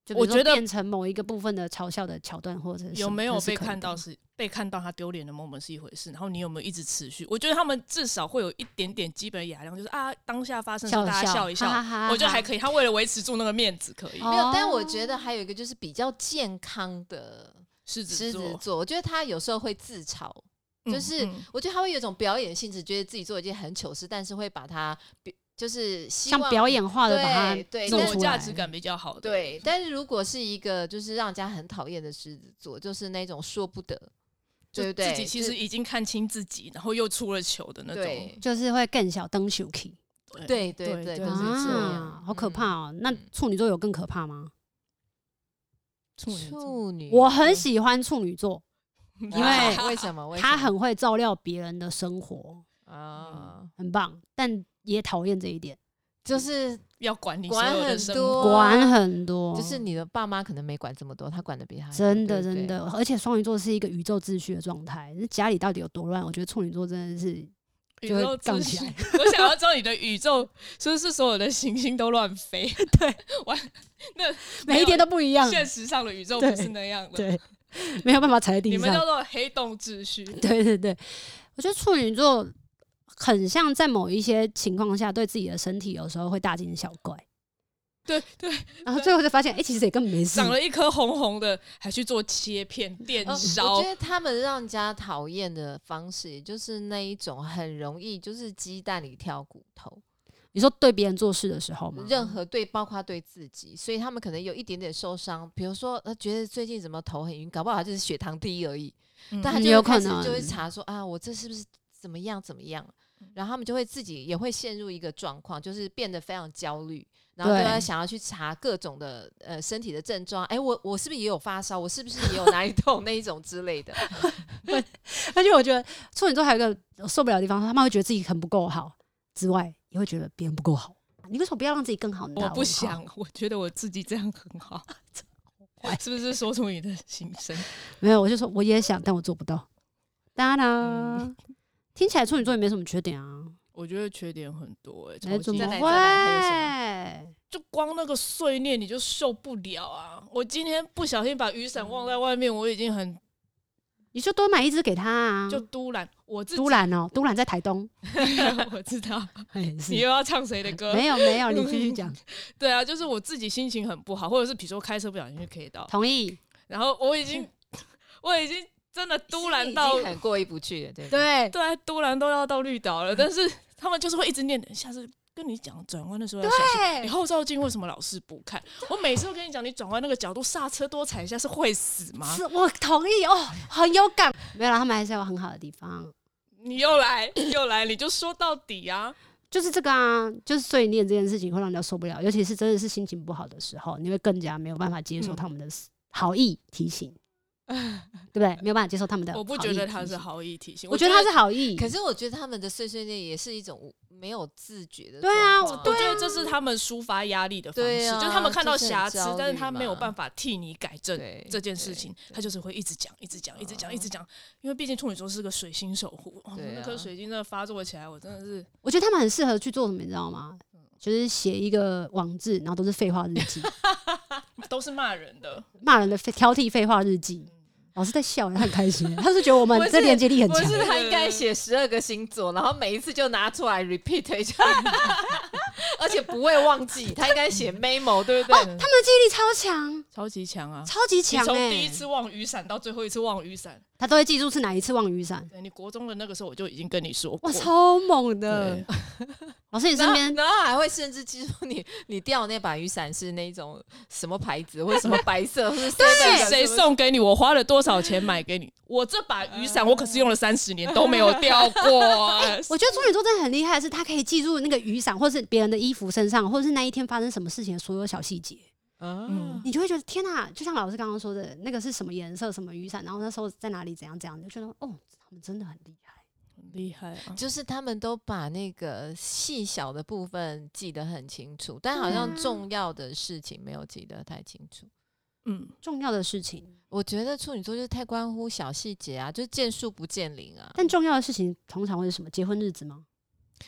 [SPEAKER 1] 就比如
[SPEAKER 2] 我
[SPEAKER 1] 说
[SPEAKER 2] 觉得
[SPEAKER 1] 变成某一个部分的嘲笑的桥段，或者是什
[SPEAKER 2] 有
[SPEAKER 1] 么
[SPEAKER 2] 没有
[SPEAKER 1] 这是
[SPEAKER 2] 被
[SPEAKER 1] 可以
[SPEAKER 2] 看
[SPEAKER 1] 的
[SPEAKER 2] 到
[SPEAKER 1] 吗
[SPEAKER 2] 是被看到他丢脸的 moment 是一回事，然后你有没有一直持续？我觉得他们至少会有一点点基本雅量，就是啊，当下发生的时候
[SPEAKER 1] 笑
[SPEAKER 2] 大家笑一笑，
[SPEAKER 1] 哈哈哈哈
[SPEAKER 2] 我觉得还可以。他为了维持住那个面子，可以。
[SPEAKER 1] 哦
[SPEAKER 3] 没有。但我觉得还有一个就是比较健康的。
[SPEAKER 2] 狮
[SPEAKER 3] 狮
[SPEAKER 2] 子座，
[SPEAKER 3] 子座，我觉得他有时候会自嘲，
[SPEAKER 2] 嗯
[SPEAKER 3] 就是
[SPEAKER 2] 嗯
[SPEAKER 3] 我觉得他会有一种表演性质，觉得自己做一件很糗事，但是会把它比就是希
[SPEAKER 1] 像
[SPEAKER 3] 望
[SPEAKER 1] 表演化的把它
[SPEAKER 3] 对对
[SPEAKER 1] 做
[SPEAKER 2] 自
[SPEAKER 3] 但
[SPEAKER 2] 我
[SPEAKER 1] 出
[SPEAKER 2] 价
[SPEAKER 1] 来，
[SPEAKER 2] 值感比较好的。
[SPEAKER 3] 对。但是如果是一个就是让人家很讨厌的狮子座，就是那种说不得，
[SPEAKER 2] 就
[SPEAKER 3] 对不对？
[SPEAKER 2] 自己其
[SPEAKER 3] 就
[SPEAKER 2] 实已经看清自己，然后又出了球的那种
[SPEAKER 3] 对。
[SPEAKER 1] 就是会更小灯小 k
[SPEAKER 3] 对对
[SPEAKER 2] 对
[SPEAKER 3] 对
[SPEAKER 2] 就
[SPEAKER 3] 对
[SPEAKER 2] 是这样。
[SPEAKER 1] 啊，好可怕哦！那
[SPEAKER 3] 嗯
[SPEAKER 1] 处女座有更可怕吗？
[SPEAKER 2] 处女 座，
[SPEAKER 3] 处女座，啊
[SPEAKER 1] 我
[SPEAKER 2] 嗯
[SPEAKER 1] 很喜欢处女座，
[SPEAKER 2] 因
[SPEAKER 1] 因为
[SPEAKER 3] 为什么？为
[SPEAKER 1] 他
[SPEAKER 3] 什
[SPEAKER 1] 很会照料别人的生活，
[SPEAKER 3] 么
[SPEAKER 2] 嗯
[SPEAKER 3] 啊，
[SPEAKER 1] 很棒，但也讨厌这一点，
[SPEAKER 3] 就是
[SPEAKER 2] 要管你所
[SPEAKER 3] 管
[SPEAKER 2] 有的
[SPEAKER 3] 很
[SPEAKER 2] 生活。
[SPEAKER 3] 多，
[SPEAKER 1] 管很多，
[SPEAKER 3] 就是你的爸妈可能没管这么多，他管的比他还多
[SPEAKER 1] 哦真的
[SPEAKER 3] 对不
[SPEAKER 1] 真
[SPEAKER 3] 对
[SPEAKER 1] 的，而且双鱼座是一个宇宙秩序的状态，那家里到底有多乱？我觉得处女座真的是
[SPEAKER 2] 宇
[SPEAKER 1] 就会
[SPEAKER 2] 宙
[SPEAKER 1] 杠
[SPEAKER 2] 秩
[SPEAKER 1] 起
[SPEAKER 2] 序
[SPEAKER 1] 来，
[SPEAKER 2] 我想要知道你的宇宙是不是所有的行星都乱飞？
[SPEAKER 1] 对，
[SPEAKER 2] 完那
[SPEAKER 1] 每一天都不一样，
[SPEAKER 2] 现实上的宇宙
[SPEAKER 1] 对
[SPEAKER 2] 不是那样的。
[SPEAKER 1] 对，没有办法踩在
[SPEAKER 2] 你
[SPEAKER 1] 地
[SPEAKER 2] 们
[SPEAKER 1] 上
[SPEAKER 2] 叫。做黑洞秩序。
[SPEAKER 1] 对对对，我觉得处女座很像在某一些情况下对自己的身体有时候会大惊小怪，
[SPEAKER 2] 对对，
[SPEAKER 1] 然后最后就发现，哎、其实也根本没事
[SPEAKER 2] 长。了一颗红红的，还去做切片、电
[SPEAKER 1] 嗯
[SPEAKER 3] 呃
[SPEAKER 2] 烧
[SPEAKER 3] 我觉。得他们让人家讨厌的方式，也就是那一种很容易就是鸡蛋里挑骨头，
[SPEAKER 1] 你说对别人做事的时候吗？
[SPEAKER 3] 任何对，包括对自己，所以他们可能有一点点受伤。比如说，呃，觉得最近怎么头很晕，搞不好就是血糖低而已，
[SPEAKER 2] 嗯
[SPEAKER 3] 但他
[SPEAKER 1] 嗯
[SPEAKER 3] 就
[SPEAKER 1] 有
[SPEAKER 3] 会开
[SPEAKER 1] 可
[SPEAKER 3] 始就会
[SPEAKER 1] 能
[SPEAKER 3] 查说啊，我这是不是怎么样怎么样？
[SPEAKER 1] 嗯
[SPEAKER 3] 然后他们就会自己也会陷入一个状况，就是变得非常焦虑，然后就
[SPEAKER 1] 对
[SPEAKER 3] 要想要去查各种的呃身体的症状。哎，我我是不是也有发烧？我是不是也有哪里痛 那一种之类的？
[SPEAKER 1] 而且我觉得处女座还有一个我受不了的地方，他们会觉得自己很不够好，之外也会觉得别人不够好。你为什么不要让自己更好呢？啊
[SPEAKER 2] 我不想，我觉得我自己这样很好。 是不是说出你的心声？
[SPEAKER 1] 没有，我就说我也想，但我做不到。当然，
[SPEAKER 2] 嗯
[SPEAKER 1] 听起来处女座也没什么缺点啊，
[SPEAKER 2] 我觉得缺点很多哎、
[SPEAKER 1] 哎
[SPEAKER 2] 超
[SPEAKER 1] 怎
[SPEAKER 2] 级
[SPEAKER 1] 么
[SPEAKER 3] 再来再来
[SPEAKER 1] 会？
[SPEAKER 2] 就光那个碎念你就受不了啊！我今天不小心把雨伞忘在外面，我已经很
[SPEAKER 1] 你就多买一只给他啊。
[SPEAKER 2] 就都懒，我自己
[SPEAKER 1] 都兰哦，都兰在台东，
[SPEAKER 2] 我 知道
[SPEAKER 1] 哎
[SPEAKER 2] 你又要唱谁的歌？
[SPEAKER 1] 没有没有，你继续 讲。
[SPEAKER 2] 对啊，就是我自己心情很不好，或者是比如说开车不小心去 K 到，
[SPEAKER 1] 同意，
[SPEAKER 2] 然后我已经我已经真的都
[SPEAKER 3] 心里
[SPEAKER 2] 懒
[SPEAKER 3] 已
[SPEAKER 2] 到
[SPEAKER 3] 经很过意不去了，对不对。
[SPEAKER 1] 对，
[SPEAKER 2] 对啊，都兰都要到绿岛了，但是他们就是会一直念，下次跟你讲转弯的时候要小心。 你后照镜为什么老是不看？我每次都跟你讲，你转弯那个角度刹车多踩一下是会死吗？
[SPEAKER 1] 是我同意哦，很有感。没有啦，他们还是有很好的地方，
[SPEAKER 2] 你又来又来，你就说到底啊！
[SPEAKER 1] 就是这个啊，就是碎念这件事情会让人家受不了，尤其是真的是心情不好的时候，你会更加没有办法接受
[SPEAKER 2] 嗯
[SPEAKER 1] 他们的好意提 醒，对不对？没有办法接受他们的。
[SPEAKER 2] 我不觉得他是，好意提醒，
[SPEAKER 1] 我觉得他是好意。
[SPEAKER 3] 可是我觉得他们的碎碎念也是一种无没有自觉的
[SPEAKER 1] 对
[SPEAKER 3] 状
[SPEAKER 1] 啊
[SPEAKER 3] 况，
[SPEAKER 1] 我
[SPEAKER 2] 我
[SPEAKER 1] 对
[SPEAKER 2] 觉得这是他们抒发压力的方
[SPEAKER 3] 对
[SPEAKER 2] 式，
[SPEAKER 3] 啊
[SPEAKER 2] 就是他们看到
[SPEAKER 3] 就是很
[SPEAKER 2] 瑕疵
[SPEAKER 3] 焦，
[SPEAKER 2] 但是
[SPEAKER 3] 虑
[SPEAKER 2] 他没有
[SPEAKER 3] 嘛
[SPEAKER 2] 办法替你改正
[SPEAKER 3] 对
[SPEAKER 2] 这件事
[SPEAKER 3] 对
[SPEAKER 2] 情，他
[SPEAKER 3] 对
[SPEAKER 2] 就是会一直讲，一直讲，一直讲，一直
[SPEAKER 3] 啊
[SPEAKER 2] 讲，因为毕竟处女座是个水星守护，哦
[SPEAKER 3] 对
[SPEAKER 2] 那颗
[SPEAKER 3] 啊
[SPEAKER 2] 水晶真的发作起来，我真的 是
[SPEAKER 1] 我觉得他们很适合去做什么，你知道吗？
[SPEAKER 2] 嗯
[SPEAKER 1] 就是写一个网志，然后都是废话日记，
[SPEAKER 2] 都是骂人的。
[SPEAKER 1] 骂人的废挑剔废话日
[SPEAKER 2] 嗯
[SPEAKER 1] 记。老师在笑，他很开心，欸他是觉得我们这连接力很
[SPEAKER 3] 不
[SPEAKER 1] 强。欸
[SPEAKER 3] 是他应该写十二个星座，然后每一次就拿出来 repeat 一下，而且不会忘记。他应 该写 memo，对不对？
[SPEAKER 2] 嗯
[SPEAKER 1] 哦他们的记忆力超强，
[SPEAKER 2] 超级强啊！
[SPEAKER 1] 超级
[SPEAKER 2] 你
[SPEAKER 1] 强
[SPEAKER 2] 从
[SPEAKER 3] 欸
[SPEAKER 1] 哎、
[SPEAKER 2] 第一次忘雨伞到最后一次忘雨伞，
[SPEAKER 1] 他都会记住是哪一次忘雨伞。
[SPEAKER 2] 对你国中的那个时候我就已经跟你说过，
[SPEAKER 1] 哇，超猛的
[SPEAKER 2] 对！
[SPEAKER 1] 老师，你
[SPEAKER 3] 然
[SPEAKER 1] 身
[SPEAKER 3] 后
[SPEAKER 1] 边
[SPEAKER 3] 然后还会甚至记住你你掉的那把雨伞是那种什么牌子，或者什么白色，或者
[SPEAKER 2] 谁
[SPEAKER 3] 对
[SPEAKER 2] 谁送给你？我花了多少钱买给你？我这把雨
[SPEAKER 3] 嗯
[SPEAKER 2] 伞我可是用了三十年都没有 掉过。
[SPEAKER 1] 我觉得处女座真的很厉害，是他可以记住那个雨伞，或是别人的衣服身上，或者是那一天发生什么事情的所有小细节，
[SPEAKER 3] 嗯
[SPEAKER 2] 嗯，
[SPEAKER 1] 你就会觉得天哪、就像老师刚刚说的，那个是什么颜色、什么雨伞，然后那时候在哪里、怎样怎样，你就觉得哦，他们真的很厉害。
[SPEAKER 2] 很厉害啊！
[SPEAKER 3] 就是他们都把那个细小的部分记得很清楚，但好像
[SPEAKER 1] 对啊
[SPEAKER 3] 重要的事情没有记得太清楚。
[SPEAKER 2] 嗯，
[SPEAKER 1] 重要的事情，
[SPEAKER 3] 我觉得处女座就是太关乎小细节啊，就是见树不见林啊。
[SPEAKER 1] 但重要的事情通常会是什么？结婚日子吗？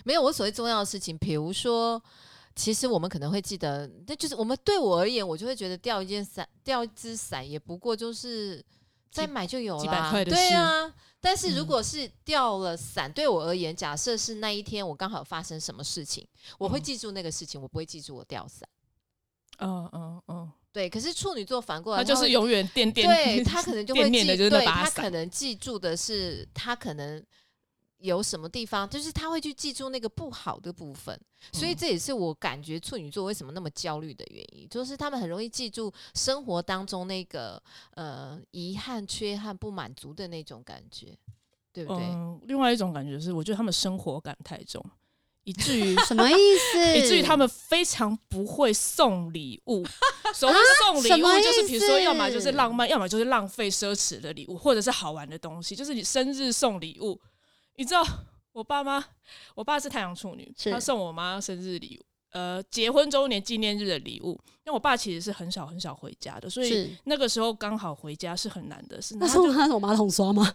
[SPEAKER 3] 没有我所谓重要的事情，比如说，其实我们可能会记得，那就是我们对我而言，我就会觉得掉一件伞、掉一只伞，也不过就是再买就有
[SPEAKER 2] 几百
[SPEAKER 3] 啦
[SPEAKER 2] 块，的
[SPEAKER 3] 对
[SPEAKER 2] 事
[SPEAKER 3] 啊。但是如
[SPEAKER 2] 嗯
[SPEAKER 3] 果是掉了伞，对我而言，假设是那一天我刚好发生什么事情，我会
[SPEAKER 2] 嗯
[SPEAKER 3] 记住那个事情，我不会记住我掉伞。
[SPEAKER 2] 嗯嗯嗯，
[SPEAKER 3] 对，可是处女座反过来，
[SPEAKER 2] 他就是
[SPEAKER 3] 会
[SPEAKER 2] 永远惦惦
[SPEAKER 3] 对他可能就会
[SPEAKER 2] 惦念
[SPEAKER 3] 记，
[SPEAKER 2] 的就是那
[SPEAKER 3] 对
[SPEAKER 2] 把
[SPEAKER 3] 他
[SPEAKER 2] 伞
[SPEAKER 3] 可能记住的是他可能有什么地方，就是他会去记住那个不好的部分，所以
[SPEAKER 2] 嗯
[SPEAKER 3] 这也是我感觉处女座为什么那么焦虑的原因，就是他们很容易记住生活当中那个呃遗憾、缺憾、不满足的那种感觉，对不对？
[SPEAKER 2] 嗯，另外一种感觉是，我觉得他们生活感太重，以至 于
[SPEAKER 1] 什么意思？
[SPEAKER 2] 以至于他们嗯非常不会送礼物。所谓送礼
[SPEAKER 1] 啊什
[SPEAKER 2] 物
[SPEAKER 1] 么，
[SPEAKER 2] 就是比如说，
[SPEAKER 1] 意思
[SPEAKER 2] 要么就是浪漫，要么就是浪费奢侈的礼物，或者是好玩的东西。就是你生日送礼物，你知道我爸妈，我爸是太阳处女，
[SPEAKER 1] 是
[SPEAKER 2] 他送我妈生日礼物，呃，结婚周年纪念日的礼物。因为我爸其实是很少很少回家的，所 以
[SPEAKER 1] 是
[SPEAKER 2] 那个时候刚好回家是很难的事。
[SPEAKER 1] 那
[SPEAKER 2] 然
[SPEAKER 1] 是
[SPEAKER 2] 后
[SPEAKER 1] 我看我马桶刷吗？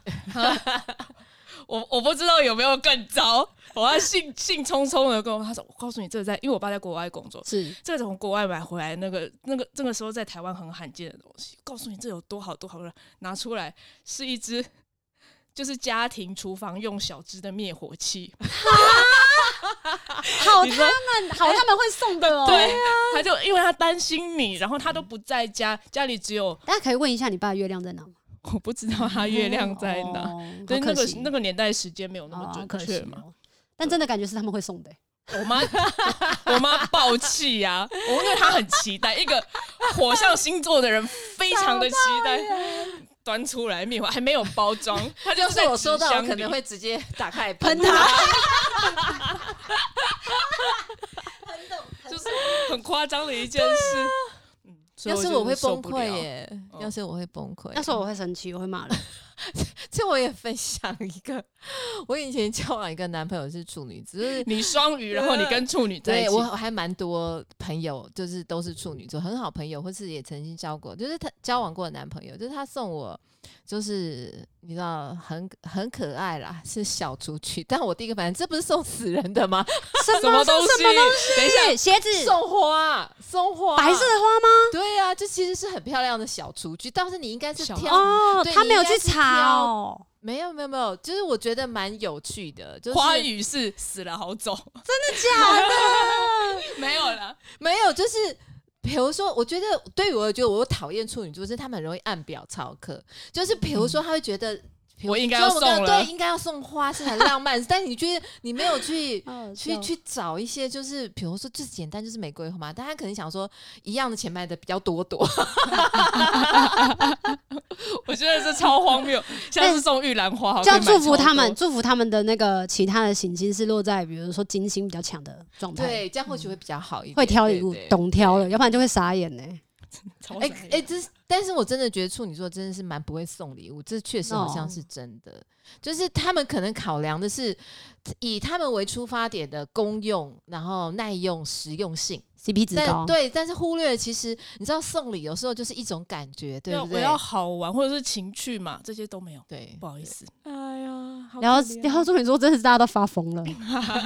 [SPEAKER 2] 我我不知道有没有更糟，我要兴兴冲冲的跟我他说，我告诉你，这个在因为我爸在国外工作，
[SPEAKER 1] 是
[SPEAKER 2] 这从国外买回来那个那个这个时候在台湾很罕见的东西，告诉你这有多好多好了，拿出来是一只就是家庭厨房用小只的灭火器，
[SPEAKER 1] 好
[SPEAKER 2] 你说
[SPEAKER 1] 们好他们会送的哦
[SPEAKER 2] 对，他就因为他担心你，然后他都不在家，家里只有
[SPEAKER 1] 大家可以问一下你爸的月亮在哪吗？
[SPEAKER 2] 我不知道 他月亮在哪，
[SPEAKER 1] 哦
[SPEAKER 2] 对
[SPEAKER 1] 好
[SPEAKER 2] 那
[SPEAKER 1] 可
[SPEAKER 2] 个
[SPEAKER 1] 惜
[SPEAKER 2] 那个年代时间没有那
[SPEAKER 1] 哦
[SPEAKER 2] 么
[SPEAKER 1] 好
[SPEAKER 2] 准
[SPEAKER 1] 可
[SPEAKER 2] 确
[SPEAKER 1] 惜
[SPEAKER 2] 嘛，
[SPEAKER 1] 哦但真的感觉是他们会送的欸、
[SPEAKER 2] 我妈，我妈爆气呀、我因为她很期待，一个火象星座的人非 常的期待，端出来灭火还没有包装，她就
[SPEAKER 3] 要
[SPEAKER 2] 是
[SPEAKER 3] 是
[SPEAKER 2] 在
[SPEAKER 3] 我收到，我
[SPEAKER 2] 纸箱
[SPEAKER 3] 可能
[SPEAKER 2] 里
[SPEAKER 3] 会直接打开来
[SPEAKER 1] 喷
[SPEAKER 3] 他。
[SPEAKER 2] 就是很夸张的一件事。嗯，所 以
[SPEAKER 3] 啊要是
[SPEAKER 2] 就
[SPEAKER 3] 我会
[SPEAKER 2] 受
[SPEAKER 3] 崩
[SPEAKER 2] 不
[SPEAKER 3] 溃
[SPEAKER 2] 了，
[SPEAKER 3] 耶！
[SPEAKER 2] 嗯
[SPEAKER 3] 要是我会崩溃，
[SPEAKER 1] 那时候我会生气，我会 骂人。
[SPEAKER 3] 这我也分享一个， 我以前交往一个男朋友是处女，只是
[SPEAKER 2] 你双鱼，然后你跟处女在一
[SPEAKER 3] 对
[SPEAKER 2] 起，
[SPEAKER 3] 我还蛮多朋友，就是都是处女座，很好朋友，或是也曾经交过，就是他交往过的男朋友，就是他送我，就是你知道很很可爱啦，是小出去，但我第一个反应，这不是送死人的吗？
[SPEAKER 2] 什么东西？等一下，
[SPEAKER 1] 是鞋子，
[SPEAKER 3] 送花，送花，
[SPEAKER 1] 白色的花吗？
[SPEAKER 3] 对啊，这其实是很漂亮的小雏菊，但是你应该是
[SPEAKER 2] 小
[SPEAKER 3] 挑，
[SPEAKER 1] 哦，
[SPEAKER 3] 对
[SPEAKER 1] 他
[SPEAKER 3] 你
[SPEAKER 1] 没有
[SPEAKER 3] 应该
[SPEAKER 1] 去
[SPEAKER 3] 是
[SPEAKER 1] 查
[SPEAKER 3] 挑
[SPEAKER 1] 哦，
[SPEAKER 3] 没有没有没有，就是我觉得蛮有趣的，就是
[SPEAKER 2] 花语是死了好走，
[SPEAKER 1] 假的？
[SPEAKER 2] 没有了。
[SPEAKER 3] 没有，就是比如说，我觉得对于我觉得我讨厌处女座，是他们很容易按表操课。就是比如说，
[SPEAKER 2] 嗯
[SPEAKER 3] 他会觉得。比如
[SPEAKER 2] 我应该
[SPEAKER 3] 就
[SPEAKER 2] 要
[SPEAKER 3] 我刚
[SPEAKER 2] 送了
[SPEAKER 3] 对，应该要送花是很浪漫， 但你觉得你没有去
[SPEAKER 1] 哦
[SPEAKER 3] 去去找一些，就是比如说最简单就是玫瑰花嘛，但他可能想说一样的钱买的比较多 朵，
[SPEAKER 2] 我觉得这超荒 谬，像是送玉兰花，
[SPEAKER 1] 就要
[SPEAKER 2] 可以买
[SPEAKER 1] 祝福
[SPEAKER 2] 超
[SPEAKER 1] 他们，
[SPEAKER 2] 多。
[SPEAKER 1] 祝福他们的那个其他的行星是落在比如说金星比较强的状态，
[SPEAKER 2] 嗯
[SPEAKER 3] 对，这样或许会比较好一点，
[SPEAKER 1] 会挑礼物
[SPEAKER 3] 对，对
[SPEAKER 1] 懂挑了，要不然就会傻眼呢。
[SPEAKER 2] 超
[SPEAKER 3] 哎
[SPEAKER 2] 傻眼
[SPEAKER 3] 哎，这是，但是我真的觉得处女座真的是蛮不会送礼物，这确实好像是真的。就是他们可能考量的是以他们为出发点的公用，然后耐用、实用性，
[SPEAKER 1] CP 值
[SPEAKER 3] 但
[SPEAKER 1] 高，
[SPEAKER 3] 对，但是忽略了其实你知道送礼有时候就是一种感觉，对
[SPEAKER 2] 要
[SPEAKER 3] 不
[SPEAKER 2] 我
[SPEAKER 3] 对？
[SPEAKER 2] 要好玩或者是情趣嘛，这些都没有，
[SPEAKER 3] 对，
[SPEAKER 2] 不好意思。哎呀，好
[SPEAKER 1] 然后
[SPEAKER 2] 可怜
[SPEAKER 1] 然后处女座真的是大家都发疯了，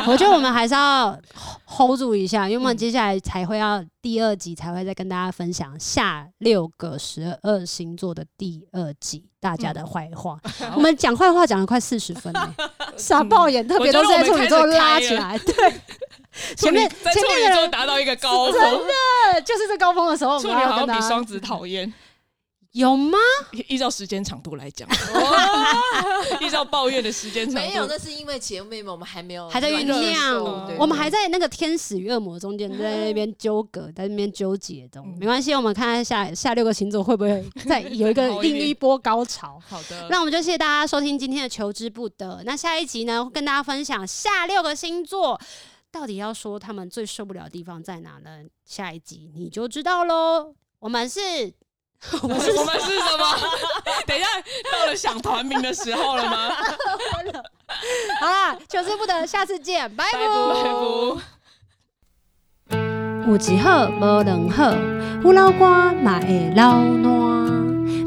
[SPEAKER 1] 我觉得我们还是要 hold 住一下，因为我们
[SPEAKER 2] 嗯
[SPEAKER 1] 接下来才会要第二集才会再跟大家分享下六个十二星座的第二集大
[SPEAKER 2] 嗯
[SPEAKER 1] 家的坏 话。我们讲坏话讲了快四十分了、傻爆眼，特别都是在处女座拉起来， 对，
[SPEAKER 2] 处
[SPEAKER 1] 前
[SPEAKER 2] 女
[SPEAKER 1] 面
[SPEAKER 2] 在处
[SPEAKER 1] 前面
[SPEAKER 2] 女
[SPEAKER 1] 的
[SPEAKER 2] 座
[SPEAKER 1] 人
[SPEAKER 2] 达到一个高
[SPEAKER 1] 真
[SPEAKER 2] 峰，
[SPEAKER 1] 呃就是在高峰的时候，我
[SPEAKER 2] 处
[SPEAKER 1] 们
[SPEAKER 2] 女
[SPEAKER 1] 要
[SPEAKER 2] 好
[SPEAKER 1] 跟
[SPEAKER 2] 像
[SPEAKER 1] 大
[SPEAKER 2] 比
[SPEAKER 1] 家
[SPEAKER 2] 双子讨厌，
[SPEAKER 1] 有吗？
[SPEAKER 2] 依依照时间长度来 讲，依照抱怨的时间长度，
[SPEAKER 3] 没有，那是因为前面我们还没有
[SPEAKER 1] 还在酝
[SPEAKER 3] 乱
[SPEAKER 1] 酿
[SPEAKER 3] 说对
[SPEAKER 1] 我们还在那个天使与恶魔中 间在那边纠葛，在那边纠结中。
[SPEAKER 2] 嗯
[SPEAKER 1] 没关系，我们看看下下六个星座会不会再有一个
[SPEAKER 2] 好一
[SPEAKER 1] 另
[SPEAKER 2] 点
[SPEAKER 1] 一波高潮。
[SPEAKER 2] 好的，
[SPEAKER 1] 那我们就谢谢大家收听今天的求之不得。那下一集呢，会跟大家分享下六个星座到底要说他们最受不了的地方在哪呢？下一集你就知道喽。我们是，我们是
[SPEAKER 2] 我们是什么？ 等一下，到了想团名的时候了吗？
[SPEAKER 1] 好啦，求之不得，下次见， 拜拜。
[SPEAKER 2] 拜拜。
[SPEAKER 1] 有一好无两好，有老瓜嘛会老烂。